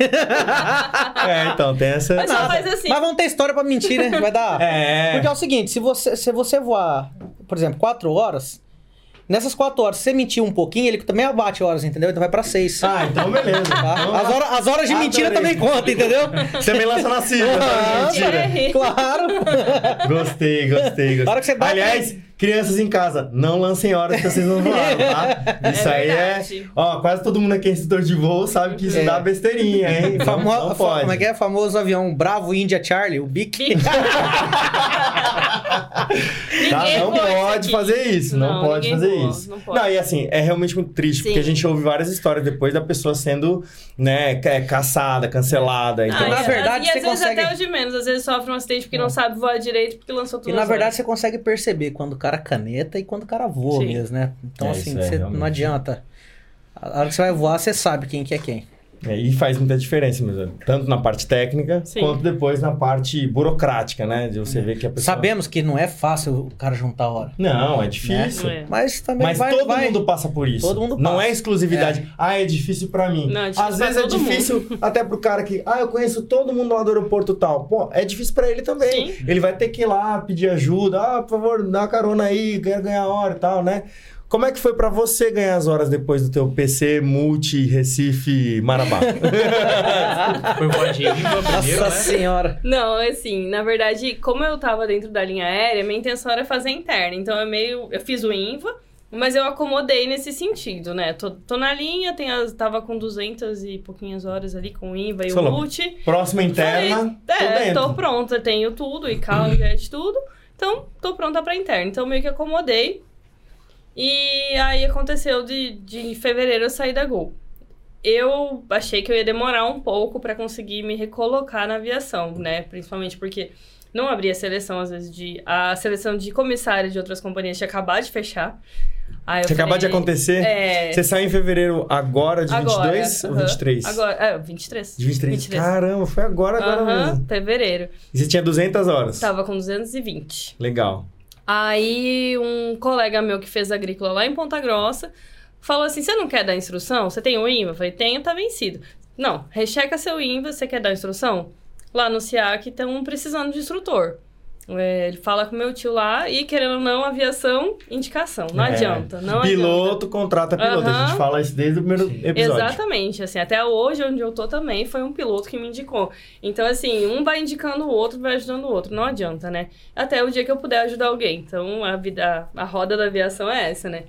[SPEAKER 2] É, então, tem essa.
[SPEAKER 3] Mas só faz assim.
[SPEAKER 4] Mas vamos ter história pra mentir, né? Vai dar...
[SPEAKER 2] É,
[SPEAKER 4] Porque é o seguinte, se você, se você voar, por exemplo, 4 horas, nessas 4 horas, se você mentir um pouquinho, ele também abate horas, entendeu? Então vai pra 6.
[SPEAKER 2] Ah, então beleza. Então,
[SPEAKER 4] As, horas, as horas de mentira
[SPEAKER 2] Adorei.
[SPEAKER 4] também
[SPEAKER 3] [LAUGHS]
[SPEAKER 4] contam, entendeu?
[SPEAKER 2] Você me lança na cima.
[SPEAKER 4] Ah,
[SPEAKER 2] mentira.
[SPEAKER 3] Mentira.
[SPEAKER 4] Claro.
[SPEAKER 2] Gostei, gostei, gostei.
[SPEAKER 4] A hora que você bate-
[SPEAKER 2] Aliás, crianças em casa, não lancem horas que vocês não voaram, tá? Isso
[SPEAKER 3] É
[SPEAKER 2] aí é.
[SPEAKER 3] verdade.
[SPEAKER 2] Ó, quase todo mundo aqui é instrutor de voo sabe que isso
[SPEAKER 4] É.
[SPEAKER 2] dá besteirinha, hein? Então,
[SPEAKER 4] Famo-
[SPEAKER 2] não
[SPEAKER 4] fa-
[SPEAKER 2] pode.
[SPEAKER 4] Como é que é? Famoso avião Bravo India Charlie, o Bic. [LAUGHS]
[SPEAKER 2] Tá?
[SPEAKER 3] Ninguém
[SPEAKER 2] Não
[SPEAKER 3] voa isso
[SPEAKER 2] pode
[SPEAKER 3] aqui.
[SPEAKER 2] fazer isso, não,
[SPEAKER 3] Não,
[SPEAKER 2] pode
[SPEAKER 3] ninguém
[SPEAKER 2] fazer
[SPEAKER 3] voa,
[SPEAKER 2] isso.
[SPEAKER 3] não pode.
[SPEAKER 2] e assim, é realmente muito triste, porque
[SPEAKER 3] Sim.
[SPEAKER 2] a gente ouve várias histórias depois da pessoa sendo, né, ca- caçada, cancelada. Então,
[SPEAKER 3] Ah,
[SPEAKER 4] na
[SPEAKER 3] e-
[SPEAKER 4] verdade,
[SPEAKER 3] e às
[SPEAKER 4] você
[SPEAKER 3] vezes
[SPEAKER 4] consegue-
[SPEAKER 3] até o de menos. Às vezes sofre um acidente porque não sabe voar direito, porque lançou tudo
[SPEAKER 4] E na verdade você consegue perceber quando o cara caneta e quando o cara voa
[SPEAKER 3] Sim.
[SPEAKER 4] mesmo, né? Então
[SPEAKER 2] É,
[SPEAKER 4] assim,
[SPEAKER 2] isso é,
[SPEAKER 4] você-
[SPEAKER 2] realmente.
[SPEAKER 4] não adianta. A hora que você vai voar, você sabe quem que é quem.
[SPEAKER 2] é, e faz muita diferença mesmo, tanto na parte técnica,
[SPEAKER 3] Sim. Uhum.
[SPEAKER 2] quanto depois na parte burocrática, né, de você ver que a pessoa...
[SPEAKER 4] Sabemos que não é fácil o cara juntar a hora.
[SPEAKER 2] Não, é difícil.
[SPEAKER 3] Não é.
[SPEAKER 4] Mas também
[SPEAKER 2] Mas
[SPEAKER 4] vai,
[SPEAKER 2] todo
[SPEAKER 4] vai-
[SPEAKER 2] mundo passa por isso.
[SPEAKER 4] Todo mundo
[SPEAKER 2] não
[SPEAKER 4] passa.
[SPEAKER 2] é exclusividade. Ah, é difícil pra mim.
[SPEAKER 3] Não, é difícil
[SPEAKER 2] Às
[SPEAKER 3] pra
[SPEAKER 2] vezes é
[SPEAKER 3] todo mundo.
[SPEAKER 2] difícil até pro cara que, ah, eu conheço todo mundo lá do aeroporto tal. Pô, é difícil pra ele também. Ele vai ter que ir lá pedir ajuda. Ah, por favor, dá uma carona aí, quero ganhar hora e tal, né? Como é que foi pra você ganhar as horas depois do teu PC Multi Recife
[SPEAKER 3] [LAUGHS]
[SPEAKER 2] Marabá?
[SPEAKER 5] Foi o Adilma primeiro,
[SPEAKER 4] Nossa
[SPEAKER 5] né?
[SPEAKER 4] senhora.
[SPEAKER 3] Não, assim, na verdade, como eu tava dentro da linha aérea, minha intenção era fazer interna. Então eu meio. Eu fiz o INVA, mas eu acomodei nesse sentido, né? Tô, tô na linha, tem as- tava com 200 e pouquinhas horas ali com o INVA e
[SPEAKER 2] Sei lá,
[SPEAKER 3] o MUT.
[SPEAKER 2] Próxima interna.
[SPEAKER 3] Falei,
[SPEAKER 2] tô
[SPEAKER 3] é,
[SPEAKER 2] dentro.
[SPEAKER 3] tô pronta, tenho tudo, e
[SPEAKER 2] [CLEARS THROAT]
[SPEAKER 3] CalGet, tudo. Então, tô pronta pra interna. Então, meio que acomodei. E aí aconteceu de, de fevereiro eu sair da Gol. Eu achei que eu ia demorar um pouco pra conseguir me recolocar na aviação, né? Principalmente porque não abria a seleção, às vezes, de. A seleção de comissários de outras companhias tinha acabado de fechar. Aí eu
[SPEAKER 2] Tinha acabado de
[SPEAKER 3] falei,
[SPEAKER 2] acontecer.
[SPEAKER 3] É.
[SPEAKER 2] Você saiu em fevereiro agora de
[SPEAKER 3] agora,
[SPEAKER 2] 22 ou
[SPEAKER 3] aham.
[SPEAKER 2] 23?
[SPEAKER 3] Agora, é, 23.
[SPEAKER 2] De 23. Caramba, foi agora, agora
[SPEAKER 3] Aham, Tá
[SPEAKER 2] mesmo.
[SPEAKER 3] fevereiro.
[SPEAKER 2] E você tinha 200 horas.
[SPEAKER 3] Tava com 220.
[SPEAKER 2] Legal.
[SPEAKER 3] Aí um colega meu que fez agrícola lá em Ponta Grossa falou assim: você não quer dar instrução? Você tem o INVA? Eu falei, tenho, tá vencido. Não, recheca seu INVA, você quer dar instrução? Lá no SIAC estão precisando de instrutor. É, Ele fala com meu tio lá e, querendo ou não, aviação, indicação. Não
[SPEAKER 2] É.
[SPEAKER 3] adianta, não adianta.
[SPEAKER 2] piloto contrata piloto. A gente
[SPEAKER 3] Então Aham.
[SPEAKER 2] fala isso desde o primeiro
[SPEAKER 5] Sim.
[SPEAKER 2] episódio.
[SPEAKER 3] Exatamente, assim, até hoje onde eu tô também foi um piloto que me indicou. Então, assim, um vai indicando o outro, vai ajudando o outro, não adianta, né? Até o dia que eu puder ajudar alguém. Então, a vida, a roda da aviação é essa, né?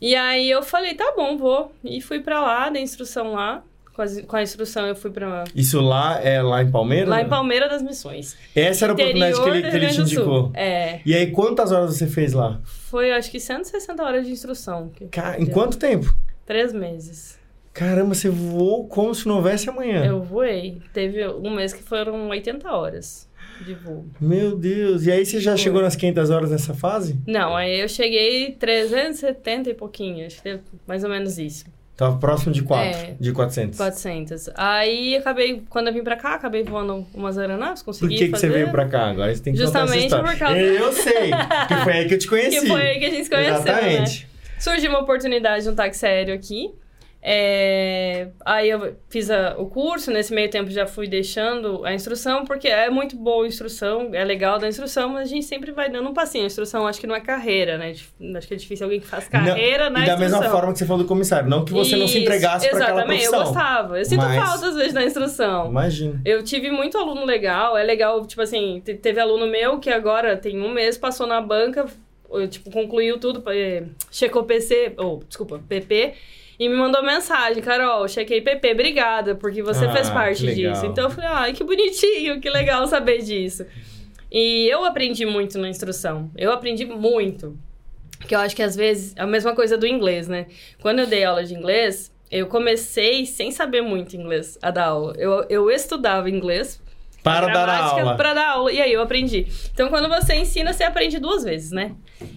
[SPEAKER 3] E aí eu falei, tá bom, vou. E fui pra lá, dei instrução lá. Com, as- com a instrução, eu fui pra.
[SPEAKER 2] Isso lá é lá em Palmeiras?
[SPEAKER 3] Lá em Palmeira das Missões.
[SPEAKER 2] Essa era a oportunidade que
[SPEAKER 3] Interior
[SPEAKER 2] ele,
[SPEAKER 3] do
[SPEAKER 2] que ele
[SPEAKER 3] Rio
[SPEAKER 2] te
[SPEAKER 3] Grande do Sul.
[SPEAKER 2] indicou.
[SPEAKER 3] É.
[SPEAKER 2] E aí, quantas horas você fez lá?
[SPEAKER 3] Foi, acho que 160 horas de instrução. que-
[SPEAKER 2] Ca- Em quanto tempo?
[SPEAKER 3] Três meses.
[SPEAKER 2] Caramba, você voou como se não houvesse amanhã.
[SPEAKER 3] Eu voei. Teve um mês que foram 80 horas de voo.
[SPEAKER 2] Meu Deus. E aí, você já
[SPEAKER 3] Foi.
[SPEAKER 2] chegou nas 500 horas nessa fase?
[SPEAKER 3] Não, aí eu cheguei 370 e pouquinho. Acho que teve mais ou menos isso.
[SPEAKER 2] Tava próximo de 4,
[SPEAKER 3] É.
[SPEAKER 2] de 400.
[SPEAKER 3] 400. Aí acabei, quando eu vim pra cá, acabei voando umas aeronaves,
[SPEAKER 2] Por
[SPEAKER 3] consegui
[SPEAKER 2] que, que
[SPEAKER 3] fazer.
[SPEAKER 2] você veio pra cá agora? Você tem que
[SPEAKER 3] Justamente
[SPEAKER 2] contar essa
[SPEAKER 3] por
[SPEAKER 2] história.
[SPEAKER 3] causa-
[SPEAKER 2] Eu sei, que foi aí que eu te conheci.
[SPEAKER 3] [LAUGHS] Que foi aí que a gente se conheceu, né?
[SPEAKER 2] Exatamente.
[SPEAKER 3] surgiu uma oportunidade de um táxi aéreo aqui. É, Aí eu fiz a- o curso, nesse meio tempo já fui deixando a instrução, porque é muito boa a instrução, é legal da instrução, mas a gente sempre vai dando um passinho. A instrução acho que não é carreira, né? Dif- Acho que é difícil alguém que faz carreira
[SPEAKER 2] E da
[SPEAKER 3] na instrução.
[SPEAKER 2] mesma forma que você falou do comissário, não que você não se
[SPEAKER 3] Isso,
[SPEAKER 2] entregasse para aquela
[SPEAKER 3] Exatamente, eu
[SPEAKER 2] profissão.
[SPEAKER 3] gostava. Eu sinto
[SPEAKER 2] mas-
[SPEAKER 3] falta às vezes da instrução.
[SPEAKER 2] Imagino.
[SPEAKER 3] Eu tive muito aluno legal, é legal, tipo assim, te- teve aluno meu que agora tem um mês, passou na banca, eu, tipo, concluiu tudo, eh, checou PC, ou, desculpa, PP, e me mandou mensagem, Carol, chequei PP, obrigada, porque você
[SPEAKER 2] Ah,
[SPEAKER 3] fez
[SPEAKER 2] que
[SPEAKER 3] parte
[SPEAKER 2] legal.
[SPEAKER 3] disso. Então eu falei, ai, que bonitinho, que legal saber disso. E eu aprendi muito na instrução, eu aprendi muito. Que eu acho que às vezes, é a mesma coisa do inglês, né? Quando eu dei aula de inglês, eu comecei sem saber muito inglês a dar aula. Eu, eu estudava inglês.
[SPEAKER 2] Para dar a
[SPEAKER 3] gramática,
[SPEAKER 2] aula.
[SPEAKER 3] Para dar aula. E aí eu aprendi. Então, quando você ensina, você aprende duas vezes, né?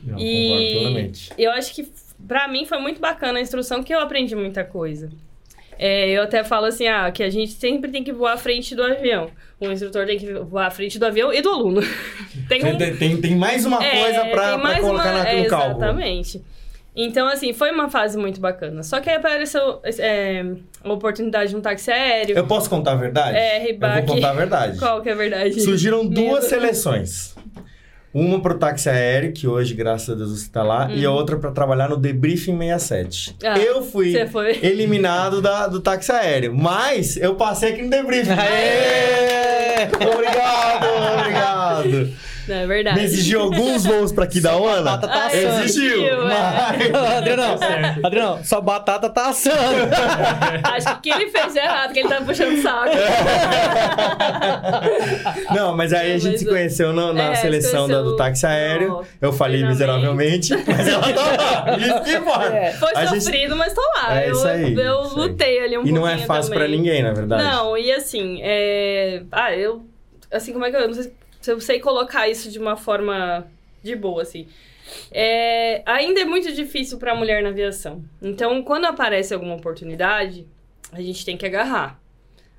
[SPEAKER 2] Não,
[SPEAKER 3] E-
[SPEAKER 2] Concordo plenamente.
[SPEAKER 3] Eu acho que, pra mim, foi muito bacana a instrução, que eu aprendi muita coisa. É, eu até falo assim, ah, que a gente sempre tem que voar à frente do avião. O instrutor tem que voar à frente do avião e do aluno. [LAUGHS] tem um
[SPEAKER 2] Tem, tem- tem mais uma
[SPEAKER 3] é,
[SPEAKER 2] coisa para
[SPEAKER 3] tem mais
[SPEAKER 2] colocar
[SPEAKER 3] uma-
[SPEAKER 2] na-
[SPEAKER 3] é,
[SPEAKER 2] no cálculo.
[SPEAKER 3] Exatamente. Então, assim, foi uma fase muito bacana. Só que aí apareceu é, a oportunidade de um táxi aéreo.
[SPEAKER 2] Eu posso contar a verdade?
[SPEAKER 3] É,
[SPEAKER 2] Eu
[SPEAKER 3] Ribac.
[SPEAKER 2] vou contar a
[SPEAKER 3] [LAUGHS]
[SPEAKER 2] verdade.
[SPEAKER 3] Qual que é a verdade?
[SPEAKER 2] Surgiram
[SPEAKER 3] Medo.
[SPEAKER 2] duas seleções. Uma pro táxi aéreo, que hoje, graças a Deus, você tá lá, e a outra para trabalhar no Debriefing 67.
[SPEAKER 3] Hum. Ah,
[SPEAKER 2] eu fui
[SPEAKER 3] Você foi.
[SPEAKER 2] [LAUGHS] eliminado da- do táxi aéreo, mas eu passei aqui no Debriefing.
[SPEAKER 4] É.
[SPEAKER 2] Aê! Obrigado, obrigado.
[SPEAKER 3] Não, é verdade.
[SPEAKER 2] Me exigiu alguns voos pra aqui da Ana?
[SPEAKER 4] batata tá assando.
[SPEAKER 2] Exigiu,
[SPEAKER 3] Exigiu, é.
[SPEAKER 2] mas...
[SPEAKER 4] Adriano,
[SPEAKER 5] certo.
[SPEAKER 4] Adriano, sua batata tá [LAUGHS] assando.
[SPEAKER 3] Acho que o que ele fez de errado, que ele tava puxando saco.
[SPEAKER 2] [LAUGHS] Não, mas aí a gente
[SPEAKER 3] Mas
[SPEAKER 2] se
[SPEAKER 3] o-
[SPEAKER 2] conheceu no- na
[SPEAKER 3] É,
[SPEAKER 2] seleção da- do
[SPEAKER 3] conheceu
[SPEAKER 2] táxi aéreo.
[SPEAKER 3] no
[SPEAKER 2] Eu falei miseravelmente,
[SPEAKER 3] treinamento.
[SPEAKER 2] mas ela tá
[SPEAKER 3] [LAUGHS]
[SPEAKER 2] lá. Isso que importa.
[SPEAKER 4] É.
[SPEAKER 3] Foi
[SPEAKER 2] A gente-
[SPEAKER 3] sofrido, mas tô lá.
[SPEAKER 2] É
[SPEAKER 3] eu
[SPEAKER 2] isso aí,
[SPEAKER 3] eu
[SPEAKER 2] isso aí.
[SPEAKER 3] lutei ali um
[SPEAKER 2] e
[SPEAKER 3] pouquinho
[SPEAKER 2] não é fácil
[SPEAKER 3] também.
[SPEAKER 2] pra ninguém, na verdade.
[SPEAKER 3] Não, e assim, é... Ah, eu... Assim, como é que eu... eu Não sei se eu sei colocar isso de uma forma de boa, assim. É... Ainda é muito difícil pra mulher na aviação. Então, quando aparece alguma oportunidade, a gente tem que agarrar.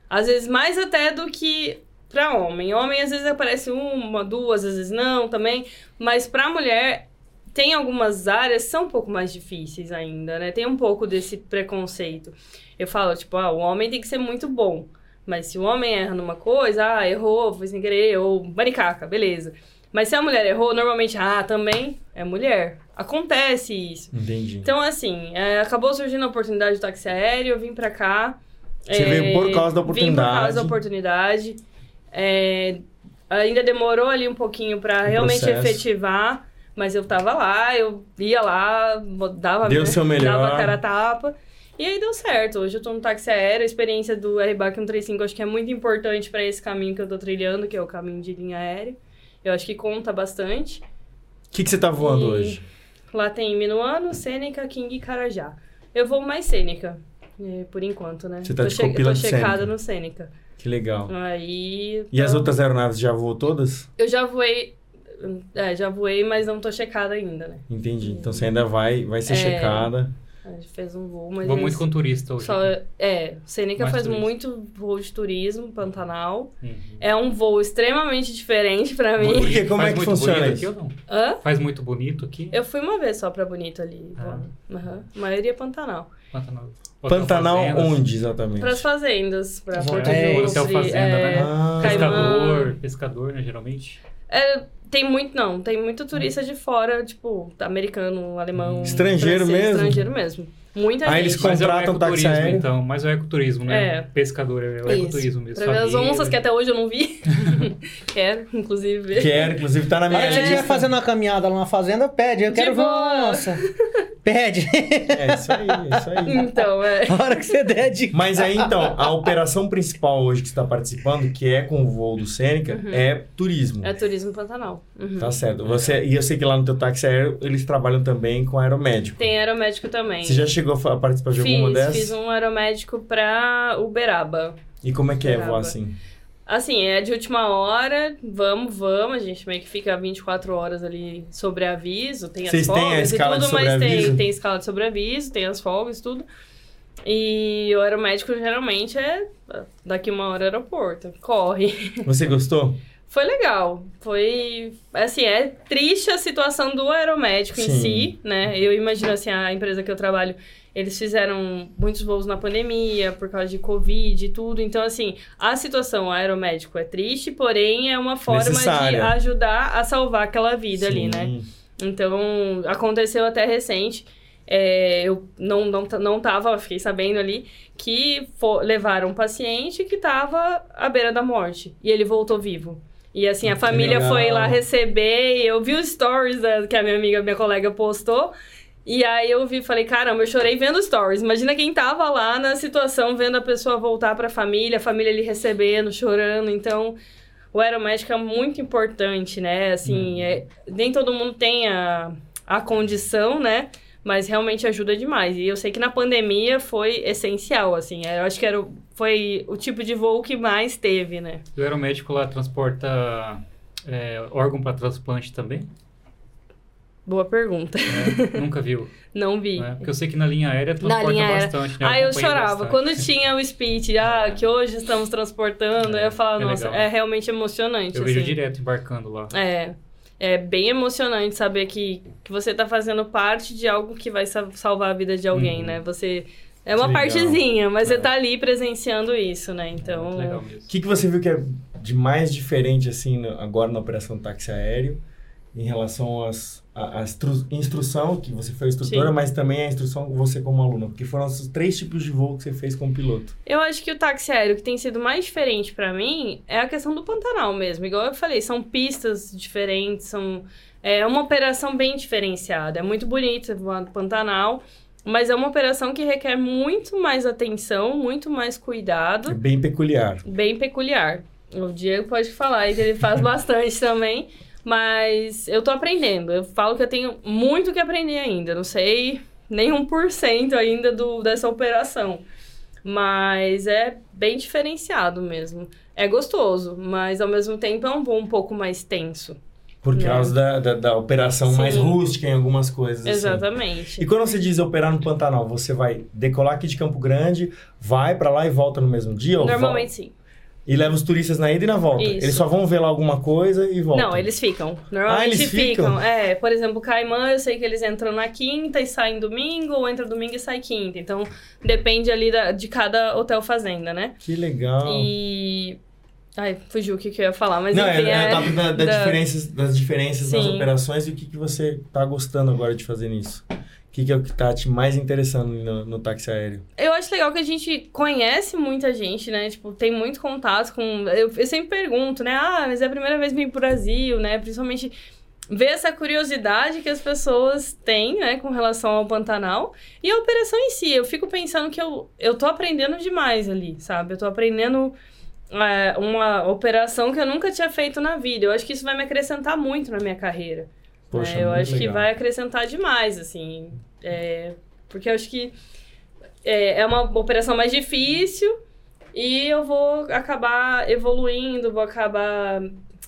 [SPEAKER 3] Às vezes, mais até do que pra homem. Homem, às vezes, aparece uma, duas, às vezes não também. Mas pra mulher... Tem algumas áreas que são um pouco mais difíceis ainda, né? Tem um pouco desse preconceito. Eu falo, tipo, ah, o homem tem que ser muito bom. Mas se o homem erra numa coisa, ah, errou, foi sem querer, ou maricaca, beleza. Mas se a mulher errou, normalmente, ah, também é mulher. Acontece isso.
[SPEAKER 2] Entendi.
[SPEAKER 3] Então, assim, é, acabou surgindo a oportunidade do táxi aéreo, eu vim pra cá.
[SPEAKER 2] Você veio por causa da
[SPEAKER 3] É, Vim por
[SPEAKER 2] oportunidade.
[SPEAKER 3] causa da oportunidade. É, ainda demorou ali um pouquinho pra
[SPEAKER 2] O
[SPEAKER 3] realmente
[SPEAKER 2] processo.
[SPEAKER 3] efetivar, mas eu tava lá, eu ia lá, dava
[SPEAKER 2] Deu o seu melhor.
[SPEAKER 3] [LAUGHS] dava a cara a tapa. E aí deu certo. Hoje eu tô no táxi aéreo, a experiência do RBAC 135 eu acho que é muito importante pra esse caminho que eu tô trilhando, que é o caminho de linha aérea. Eu acho que conta bastante.
[SPEAKER 2] O que, que você tá voando
[SPEAKER 3] E-
[SPEAKER 2] hoje?
[SPEAKER 3] Lá tem Minuano, Sêneca, King e Carajá. Eu vou mais Sêneca, eh, por enquanto, né?
[SPEAKER 2] Você tá
[SPEAKER 3] tô
[SPEAKER 2] de
[SPEAKER 3] che-
[SPEAKER 2] copila
[SPEAKER 3] tô
[SPEAKER 2] do Sêneca.
[SPEAKER 3] checada no Sêneca.
[SPEAKER 2] Que legal.
[SPEAKER 3] Aí.
[SPEAKER 2] E as
[SPEAKER 3] então,
[SPEAKER 2] outras aeronaves já voou todas?
[SPEAKER 3] Eu já voei. É, já voei, mas não tô checada ainda, né?
[SPEAKER 2] Entendi. Então você ainda vai, vai ser
[SPEAKER 3] É.
[SPEAKER 2] checada.
[SPEAKER 3] A gente fez um voo, mas.
[SPEAKER 5] Vou
[SPEAKER 3] eles-
[SPEAKER 5] muito com turista hoje.
[SPEAKER 3] só, é, Sêneca
[SPEAKER 5] Mais
[SPEAKER 3] faz
[SPEAKER 5] turismo.
[SPEAKER 3] muito voo de turismo, Pantanal.
[SPEAKER 5] Uhum.
[SPEAKER 3] É um voo extremamente diferente pra mim.
[SPEAKER 2] Por quê? Como
[SPEAKER 5] Faz
[SPEAKER 2] é que
[SPEAKER 5] muito
[SPEAKER 2] funciona
[SPEAKER 5] bonito
[SPEAKER 2] isso?
[SPEAKER 5] Aqui, ou não?
[SPEAKER 3] [LAUGHS] Hã?
[SPEAKER 5] Faz muito bonito aqui.
[SPEAKER 3] Eu fui uma vez só pra Bonito ali.
[SPEAKER 5] Ah.
[SPEAKER 3] vó. Aham. A maioria é Pantanal.
[SPEAKER 5] Pantanal.
[SPEAKER 2] Pantanal
[SPEAKER 5] Fazendas.
[SPEAKER 2] onde, exatamente?
[SPEAKER 3] Pras fazendas, pra
[SPEAKER 4] Os
[SPEAKER 3] Porto
[SPEAKER 4] hotéis.
[SPEAKER 3] Júlio,
[SPEAKER 5] Hotel é, então Fazenda,
[SPEAKER 3] é,
[SPEAKER 5] né?
[SPEAKER 2] Ah,
[SPEAKER 3] Caimã.
[SPEAKER 5] Pescador, pescador, né, geralmente.
[SPEAKER 3] É, tem muito, não. Tem muito turista de fora, tipo, americano, alemão.
[SPEAKER 2] Estrangeiro
[SPEAKER 3] francês,
[SPEAKER 2] mesmo?
[SPEAKER 3] Estrangeiro mesmo. Muita
[SPEAKER 2] Aí eles
[SPEAKER 3] gente.
[SPEAKER 5] Mas é o
[SPEAKER 2] Contratam táxi
[SPEAKER 5] ecoturismo,
[SPEAKER 2] aéreo.
[SPEAKER 5] então. Mas é o ecoturismo, né?
[SPEAKER 3] É.
[SPEAKER 5] Pescador, é o
[SPEAKER 3] Isso.
[SPEAKER 5] ecoturismo mesmo.
[SPEAKER 3] Pra ver as
[SPEAKER 5] família.
[SPEAKER 2] né?
[SPEAKER 3] onças que é até hoje eu
[SPEAKER 2] [LAUGHS]
[SPEAKER 3] não vi. Quero, inclusive, ver.
[SPEAKER 2] quero, inclusive tá na
[SPEAKER 4] Na
[SPEAKER 2] minha
[SPEAKER 3] É.
[SPEAKER 4] hora que você
[SPEAKER 2] lista.
[SPEAKER 4] estiver fazendo uma caminhada lá na fazenda, pede. Eu
[SPEAKER 3] De
[SPEAKER 4] quero ver uma
[SPEAKER 3] boa.
[SPEAKER 4] onça. Pede. [LAUGHS]
[SPEAKER 2] É isso aí, é isso aí.
[SPEAKER 3] Então, é.
[SPEAKER 4] A hora que você der de.
[SPEAKER 2] Mas aí então, a operação principal hoje que você está participando, que é com o voo do Sêneca, é turismo.
[SPEAKER 3] Uhum. É turismo Pantanal. Uhum.
[SPEAKER 2] Tá certo. Você, e eu sei que lá no teu táxi aéreo, eles trabalham também com aeromédico.
[SPEAKER 3] Tem aeromédico também.
[SPEAKER 2] Você já chegou a participar de alguma
[SPEAKER 3] fiz,
[SPEAKER 2] dessas?
[SPEAKER 3] fiz um aeromédico pra Uberaba.
[SPEAKER 2] E como é que é voar
[SPEAKER 3] Caramba.
[SPEAKER 2] assim?
[SPEAKER 3] Assim, é de última hora, vamos, vamos. A gente meio que fica 24 horas ali sobre aviso, tem as
[SPEAKER 2] Vocês têm a
[SPEAKER 3] folgas
[SPEAKER 2] escala
[SPEAKER 3] e
[SPEAKER 2] de
[SPEAKER 3] tudo, mas
[SPEAKER 2] sobreaviso?
[SPEAKER 3] tem, tem escala de sobreaviso, tem as folgas e tudo. E o aeromédico geralmente é daqui uma hora aeroporto, corre.
[SPEAKER 2] Você gostou?
[SPEAKER 3] Foi legal, foi. Assim, é triste a situação do aeromédico
[SPEAKER 2] Sim.
[SPEAKER 3] em si, né? Eu imagino assim, a empresa que eu trabalho. Eles fizeram muitos voos na pandemia, por causa de Covid e tudo. Então, assim, a situação aeromédico é triste, porém é uma forma
[SPEAKER 2] Necessária.
[SPEAKER 3] de ajudar a salvar aquela vida ali,
[SPEAKER 2] Sim.
[SPEAKER 3] né? Então, aconteceu até recente. é, eu não, não, ta- não tava, fiquei sabendo ali, que fo- levaram um paciente que tava à beira da morte. E ele voltou vivo. E assim, a
[SPEAKER 2] Ah, Que
[SPEAKER 3] família
[SPEAKER 2] legal.
[SPEAKER 3] foi lá receber, e eu vi os stories da- que a minha amiga, minha colega postou. E aí eu vi, falei, caramba, eu chorei vendo os stories. Imagina quem tava lá na situação, vendo a pessoa voltar pra família, a família ele recebendo, chorando. Então, o aeromédico é muito importante, né?
[SPEAKER 2] Uhum.
[SPEAKER 3] Assim, é- nem todo mundo tem a, a condição, né? Mas realmente ajuda demais. E eu sei que na pandemia foi essencial, assim. Eu acho que era, o- foi o tipo de voo que mais teve, né?
[SPEAKER 5] E o aeromédico lá transporta é, órgão para transplante também?
[SPEAKER 3] Boa pergunta. [LAUGHS]
[SPEAKER 5] né? Nunca viu.
[SPEAKER 3] Não vi.
[SPEAKER 5] né? Porque eu sei que na linha aérea transporta
[SPEAKER 3] linha aérea.
[SPEAKER 5] bastante. Né?
[SPEAKER 3] Ah, eu
[SPEAKER 5] acompanhei
[SPEAKER 3] chorava.
[SPEAKER 5] bastante.
[SPEAKER 3] Quando tinha o speech, ah, que hoje estamos transportando, eu ia falar,
[SPEAKER 5] é
[SPEAKER 3] nossa,
[SPEAKER 5] legal.
[SPEAKER 3] é realmente emocionante.
[SPEAKER 5] Eu vejo
[SPEAKER 3] assim.
[SPEAKER 5] direto embarcando lá.
[SPEAKER 3] É. É bem emocionante saber que, que você tá fazendo parte de algo que vai sa- salvar a vida de alguém,
[SPEAKER 5] Uhum.
[SPEAKER 3] né? Você. É uma
[SPEAKER 2] Legal.
[SPEAKER 3] partezinha, mas
[SPEAKER 5] É.
[SPEAKER 3] você tá ali presenciando isso, né?
[SPEAKER 5] Muito
[SPEAKER 3] Então.
[SPEAKER 5] legal
[SPEAKER 2] O
[SPEAKER 5] mesmo.
[SPEAKER 2] que, que você viu que é de mais diferente, assim, no- agora na operação táxi aéreo, em relação às, à, à instru- instrução, que você foi instrutora,
[SPEAKER 3] Sim.
[SPEAKER 2] mas também a instrução você como aluna? Porque foram os três tipos de voo que você fez como piloto.
[SPEAKER 3] Eu acho que o táxi aéreo que tem sido mais diferente pra mim é a questão do Pantanal mesmo. Igual eu falei, são pistas diferentes, são é uma operação bem diferenciada. É muito bonito voar no Pantanal, mas é uma operação que requer muito mais atenção, muito mais cuidado.
[SPEAKER 2] É bem peculiar.
[SPEAKER 3] bem peculiar. O Diego pode falar, e ele
[SPEAKER 2] [LAUGHS]
[SPEAKER 3] faz bastante também. Mas eu tô aprendendo. Eu falo que eu tenho muito que aprender ainda. Não sei nem 1% ainda do, dessa operação. Mas é bem diferenciado mesmo. É gostoso, mas ao mesmo tempo é um voo um pouco mais tenso.
[SPEAKER 2] Por
[SPEAKER 3] Não.
[SPEAKER 2] causa da, da, da operação
[SPEAKER 3] Né. Sim.
[SPEAKER 2] mais rústica em algumas coisas. Assim.
[SPEAKER 3] Exatamente.
[SPEAKER 2] E quando você diz operar no Pantanal, você vai decolar aqui de Campo Grande, vai pra lá e volta no mesmo dia? ou
[SPEAKER 3] Normalmente sim.
[SPEAKER 2] volta? E leva os turistas na ida e na volta.
[SPEAKER 3] Isso.
[SPEAKER 2] Eles só vão ver lá alguma coisa e voltam.
[SPEAKER 3] Não, eles ficam. Normalmente
[SPEAKER 2] Ah, eles
[SPEAKER 3] ficam.
[SPEAKER 2] ficam?
[SPEAKER 3] É, por exemplo, o Caimã, eu sei que eles entram na quinta e saem domingo, ou entram domingo e saem quinta. Então, depende ali da- de cada hotel fazenda, né?
[SPEAKER 2] Que legal.
[SPEAKER 3] E... Ai, fugiu o que, que eu ia falar, mas
[SPEAKER 2] não,
[SPEAKER 3] enfim...
[SPEAKER 2] é,
[SPEAKER 3] é-
[SPEAKER 2] é, da- da- das
[SPEAKER 3] da-
[SPEAKER 2] diferenças, das diferenças nas
[SPEAKER 3] Sim.
[SPEAKER 2] operações e o que, que você tá gostando agora de fazer nisso. O que, que é o que tá te mais interessando no, no táxi aéreo?
[SPEAKER 3] Eu acho legal que a gente conhece muita gente, né? Tipo, tem muito contato com. Eu, eu sempre pergunto, né? Ah, mas é a primeira vez que vim pro Brasil, né? Principalmente ver essa curiosidade que as pessoas têm, né, com relação ao Pantanal e a operação em si. Eu fico pensando que eu, eu tô aprendendo demais ali, sabe? Eu tô aprendendo é, uma operação que eu nunca tinha feito na vida. Eu acho que isso vai me acrescentar muito na minha carreira.
[SPEAKER 2] Poxa,
[SPEAKER 3] É, eu
[SPEAKER 2] muito
[SPEAKER 3] acho que
[SPEAKER 2] legal.
[SPEAKER 3] vai acrescentar demais, assim. É, porque eu acho que é, é uma operação mais difícil e eu vou acabar evoluindo, vou acabar.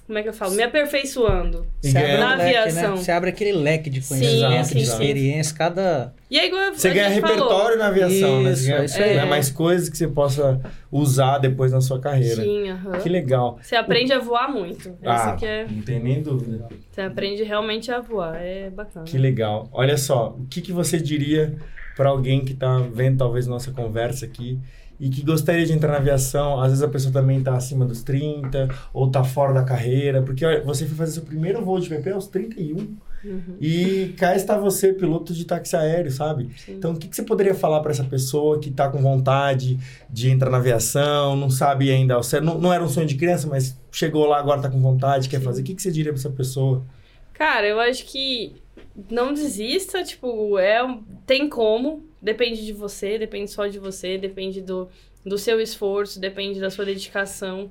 [SPEAKER 3] Como é que eu falo? Me aperfeiçoando.
[SPEAKER 2] E
[SPEAKER 4] Você abre
[SPEAKER 2] ganhar-
[SPEAKER 4] um
[SPEAKER 3] Na
[SPEAKER 4] leque,
[SPEAKER 3] aviação.
[SPEAKER 4] Né? Você abre aquele leque de
[SPEAKER 3] Sim,
[SPEAKER 4] conhecimento, de
[SPEAKER 2] sim, sim.
[SPEAKER 4] experiência, cada.
[SPEAKER 3] E é igual eu-
[SPEAKER 2] Você
[SPEAKER 3] a
[SPEAKER 2] ganha
[SPEAKER 3] gente
[SPEAKER 2] repertório
[SPEAKER 3] falou.
[SPEAKER 2] na aviação, né?
[SPEAKER 4] Isso,
[SPEAKER 2] Você ganha,
[SPEAKER 4] é isso aí.
[SPEAKER 2] né, mais coisas que você possa usar depois na sua carreira.
[SPEAKER 3] Sim, aham.
[SPEAKER 2] Que legal.
[SPEAKER 3] Você aprende a voar muito.
[SPEAKER 2] Ah.
[SPEAKER 3] Isso que é.
[SPEAKER 2] Não tem nem dúvida.
[SPEAKER 3] Você aprende realmente a voar. É bacana.
[SPEAKER 2] Que legal. Olha só, o que, que você diria para alguém que está vendo talvez nossa conversa aqui e que gostaria de entrar na aviação? Às vezes a pessoa também está acima dos 30 ou está fora da carreira, porque olha, você foi fazer seu primeiro voo de PP aos 31
[SPEAKER 3] Uhum.
[SPEAKER 2] e cá está você, piloto de táxi aéreo, sabe?
[SPEAKER 3] Sim.
[SPEAKER 2] Então, o que, que você poderia falar para essa pessoa que está com vontade de entrar na aviação, não sabe ainda, ao certo- não, não era um sonho de criança, mas tá chegou lá agora, está com vontade, quer fazer. O que, que você diria para essa pessoa?
[SPEAKER 3] Cara, eu acho que não desista, tipo, é, tem como, depende de você, depende só de você, depende do, do seu esforço, depende da sua dedicação.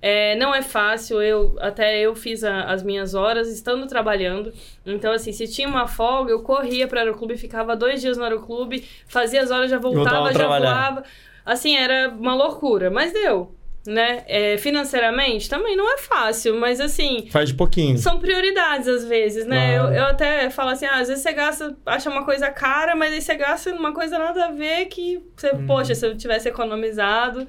[SPEAKER 3] É, não é fácil, eu até eu fiz a- as minhas horas estando trabalhando. Então, assim, se tinha uma folga, eu corria para o aeroclube, ficava dois dias no aeroclube, fazia as horas, já
[SPEAKER 2] Voltava a
[SPEAKER 3] voltava já
[SPEAKER 2] trabalhar.
[SPEAKER 3] voava. Assim, era uma loucura, mas deu, né? É, financeiramente também não é fácil, mas assim,
[SPEAKER 2] Faz de pouquinho.
[SPEAKER 3] são prioridades às vezes, né?
[SPEAKER 2] Claro.
[SPEAKER 3] Eu, eu até falo assim, ah, às vezes você gasta, acha uma coisa cara, mas aí você gasta numa coisa nada a ver que você,
[SPEAKER 2] Uhum.
[SPEAKER 3] poxa, se eu tivesse economizado,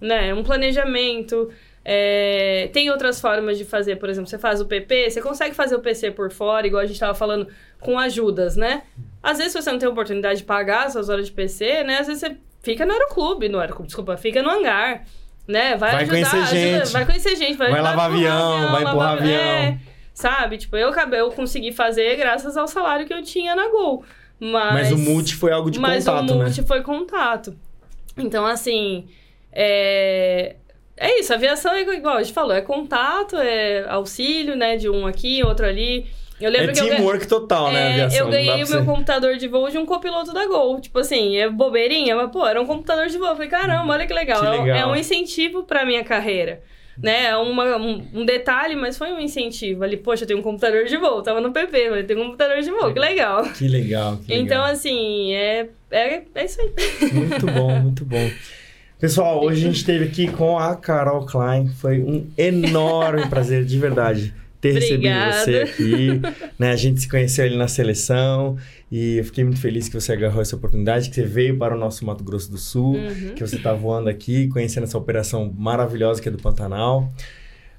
[SPEAKER 3] né? Um planejamento. é, tem outras formas de fazer, por exemplo, você faz o PP, você consegue fazer o PC por fora, igual a gente tava falando, com ajudas, né? Às vezes você não tem oportunidade de pagar suas horas de PC, né? Às vezes você fica no aeroclube, no aeroclube, desculpa, fica no hangar, né? Vai,
[SPEAKER 2] Vai
[SPEAKER 3] ajudar,
[SPEAKER 2] conhecer
[SPEAKER 3] ajuda-
[SPEAKER 2] gente.
[SPEAKER 3] vai conhecer gente, vai,
[SPEAKER 2] Vai
[SPEAKER 3] ajudar a
[SPEAKER 2] lavar
[SPEAKER 3] empurrar
[SPEAKER 2] avião, vai
[SPEAKER 3] lavar-
[SPEAKER 2] empurrar avião.
[SPEAKER 3] é, sabe? Tipo, eu, acabei- eu consegui fazer graças ao salário que eu tinha na Gol. Mas,
[SPEAKER 2] Mas o multi foi algo de
[SPEAKER 3] mas
[SPEAKER 2] contato,
[SPEAKER 3] o
[SPEAKER 2] né?
[SPEAKER 3] multi foi contato. Então, assim, é... É isso, aviação é igual a gente falou, é contato, é auxílio, né? De um aqui, outro ali. Eu lembro
[SPEAKER 2] É
[SPEAKER 3] que eu ganhei-
[SPEAKER 2] teamwork total, né?
[SPEAKER 3] é,
[SPEAKER 2] aviação.
[SPEAKER 3] eu
[SPEAKER 2] Não dá
[SPEAKER 3] ganhei
[SPEAKER 2] pra
[SPEAKER 3] o meu
[SPEAKER 2] você-
[SPEAKER 3] computador de voo de um copiloto da Gol. Tipo assim, é bobeirinha, mas pô, era um computador de voo. Eu falei, caramba, olha que legal.
[SPEAKER 5] Que
[SPEAKER 3] É um- É,
[SPEAKER 5] legal.
[SPEAKER 3] um, incentivo pra minha carreira. Né? É uma- um, um detalhe, mas foi um incentivo. Ali, poxa, eu tenho um computador de voo. Tava no PP, mas eu tenho um computador de voo, que legal.
[SPEAKER 2] Que legal, que legal.
[SPEAKER 3] Então, assim, é, é, é
[SPEAKER 2] [LAUGHS]
[SPEAKER 3] isso aí.
[SPEAKER 2] Muito bom, muito bom.
[SPEAKER 6] Pessoal,
[SPEAKER 2] Hoje a gente esteve aqui com a Carol Klein. Foi um enorme prazer, de verdade, ter
[SPEAKER 3] Obrigada.
[SPEAKER 2] recebido você aqui. né? A gente se conheceu ali na seleção e eu fiquei muito feliz que você agarrou essa oportunidade, que você veio para o nosso Mato Grosso do Sul,
[SPEAKER 3] Uhum.
[SPEAKER 2] que você está voando aqui, conhecendo essa operação maravilhosa que é do Pantanal.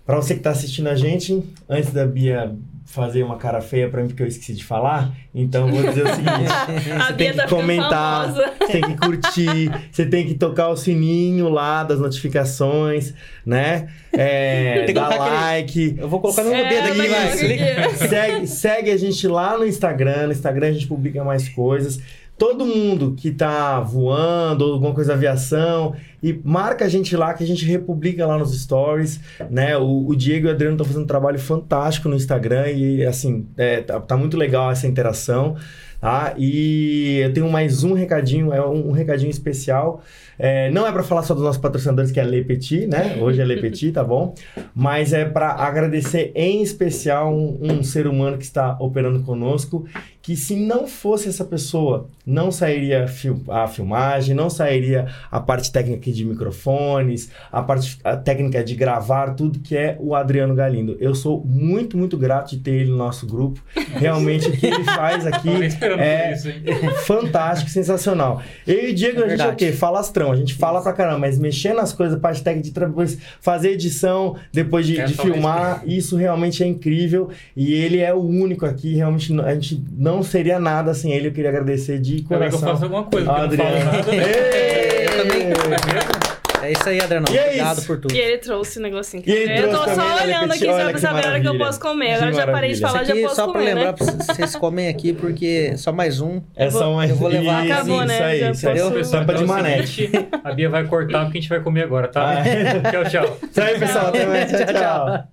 [SPEAKER 2] Para você que está assistindo a gente, antes da Bia fazer uma cara feia para mim porque eu esqueci de falar, então eu vou dizer
[SPEAKER 3] [LAUGHS]
[SPEAKER 2] o seguinte.
[SPEAKER 3] A tá
[SPEAKER 2] tem que
[SPEAKER 3] ficando
[SPEAKER 2] comentar.
[SPEAKER 3] famosa.
[SPEAKER 2] Você [LAUGHS] tem que curtir, você tem que tocar o sininho lá das notificações, né? É,
[SPEAKER 4] Tem que
[SPEAKER 2] dá
[SPEAKER 4] colocar aquele-
[SPEAKER 2] like.
[SPEAKER 4] Eu vou colocar no meu
[SPEAKER 3] É,
[SPEAKER 4] dedo
[SPEAKER 3] mas
[SPEAKER 4] aqui,
[SPEAKER 3] eu
[SPEAKER 4] vai.
[SPEAKER 3] não
[SPEAKER 4] Clica.
[SPEAKER 2] [LAUGHS]
[SPEAKER 3] queria.
[SPEAKER 2] Segue, segue a gente lá no Instagram. No Instagram a gente publica mais coisas. Todo mundo que tá voando ou alguma coisa da aviação, e marca a gente lá que a gente republica lá nos stories, né? O, o Diego e o Adriano estão fazendo um trabalho fantástico no Instagram e, assim, é, tá, tá muito legal essa interação, tá? E eu tenho mais um recadinho, é um, um recadinho especial. É, não é para falar só dos nossos patrocinadores, que é Le Petit, né? Hoje é Le Petit, tá bom? mas é para agradecer em especial um, um ser humano que está operando conosco, que se não fosse essa pessoa, não sairia fil- a filmagem, não sairia a parte técnica de microfones, a parte a técnica de gravar, tudo que é o Adriano Galindo. Eu sou muito, muito grato de ter ele no nosso grupo. Realmente, o que ele faz
[SPEAKER 5] Tava nem
[SPEAKER 2] aqui
[SPEAKER 5] esperando
[SPEAKER 2] é-
[SPEAKER 5] por isso, hein?
[SPEAKER 2] [LAUGHS] fantástico, sensacional. Eu e o Diego,
[SPEAKER 4] É
[SPEAKER 2] a gente é o
[SPEAKER 4] verdade.
[SPEAKER 2] quê? Falastrão. A gente fala pra caramba, mas mexer nas coisas, parte técnica de tra- depois fazer edição, depois de,
[SPEAKER 5] É,
[SPEAKER 2] de
[SPEAKER 5] só isso.
[SPEAKER 2] filmar, isso realmente é incrível. E ele é o único aqui, realmente, não- a gente não seria nada sem ele. Eu queria agradecer de
[SPEAKER 5] Também que eu
[SPEAKER 2] coração.
[SPEAKER 5] faço alguma coisa, porque eu não
[SPEAKER 2] Adriano.
[SPEAKER 5] falo
[SPEAKER 2] [LAUGHS]
[SPEAKER 5] nada.
[SPEAKER 2] Ei!
[SPEAKER 4] Eu também-
[SPEAKER 2] [LAUGHS]
[SPEAKER 5] É mesmo?
[SPEAKER 4] É isso aí, Adriano.
[SPEAKER 2] E é
[SPEAKER 4] Obrigado
[SPEAKER 2] isso.
[SPEAKER 4] por tudo.
[SPEAKER 3] E ele trouxe o negocinho.
[SPEAKER 2] E ele
[SPEAKER 3] eu tô
[SPEAKER 2] trouxe também,
[SPEAKER 3] só
[SPEAKER 2] olha,
[SPEAKER 3] olhando aqui
[SPEAKER 2] Petit, olha
[SPEAKER 3] só
[SPEAKER 2] que
[SPEAKER 3] pra saber a hora que eu
[SPEAKER 2] maravilha.
[SPEAKER 3] posso comer. Agora
[SPEAKER 2] Que
[SPEAKER 3] já parei
[SPEAKER 2] maravilha. é
[SPEAKER 3] de falar, já
[SPEAKER 4] Aqui,
[SPEAKER 3] posso
[SPEAKER 4] só pra
[SPEAKER 3] comer, né?
[SPEAKER 4] lembrar, vocês comem aqui porque só mais um.
[SPEAKER 2] É só uma...
[SPEAKER 4] eu vou levar-
[SPEAKER 2] isso,
[SPEAKER 4] Acabou,
[SPEAKER 2] isso
[SPEAKER 3] né?
[SPEAKER 2] aí,
[SPEAKER 3] Já
[SPEAKER 2] isso aí.
[SPEAKER 4] posso-
[SPEAKER 5] Então,
[SPEAKER 2] Tampa de
[SPEAKER 5] é o
[SPEAKER 2] manete.
[SPEAKER 5] seguinte, A Bia vai cortar porque a gente vai comer agora, tá?
[SPEAKER 2] Ah, é.
[SPEAKER 5] [LAUGHS] Tchau, tchau.
[SPEAKER 4] [LAUGHS]
[SPEAKER 2] Isso aí, pessoal. Até mais. Tchau, tchau.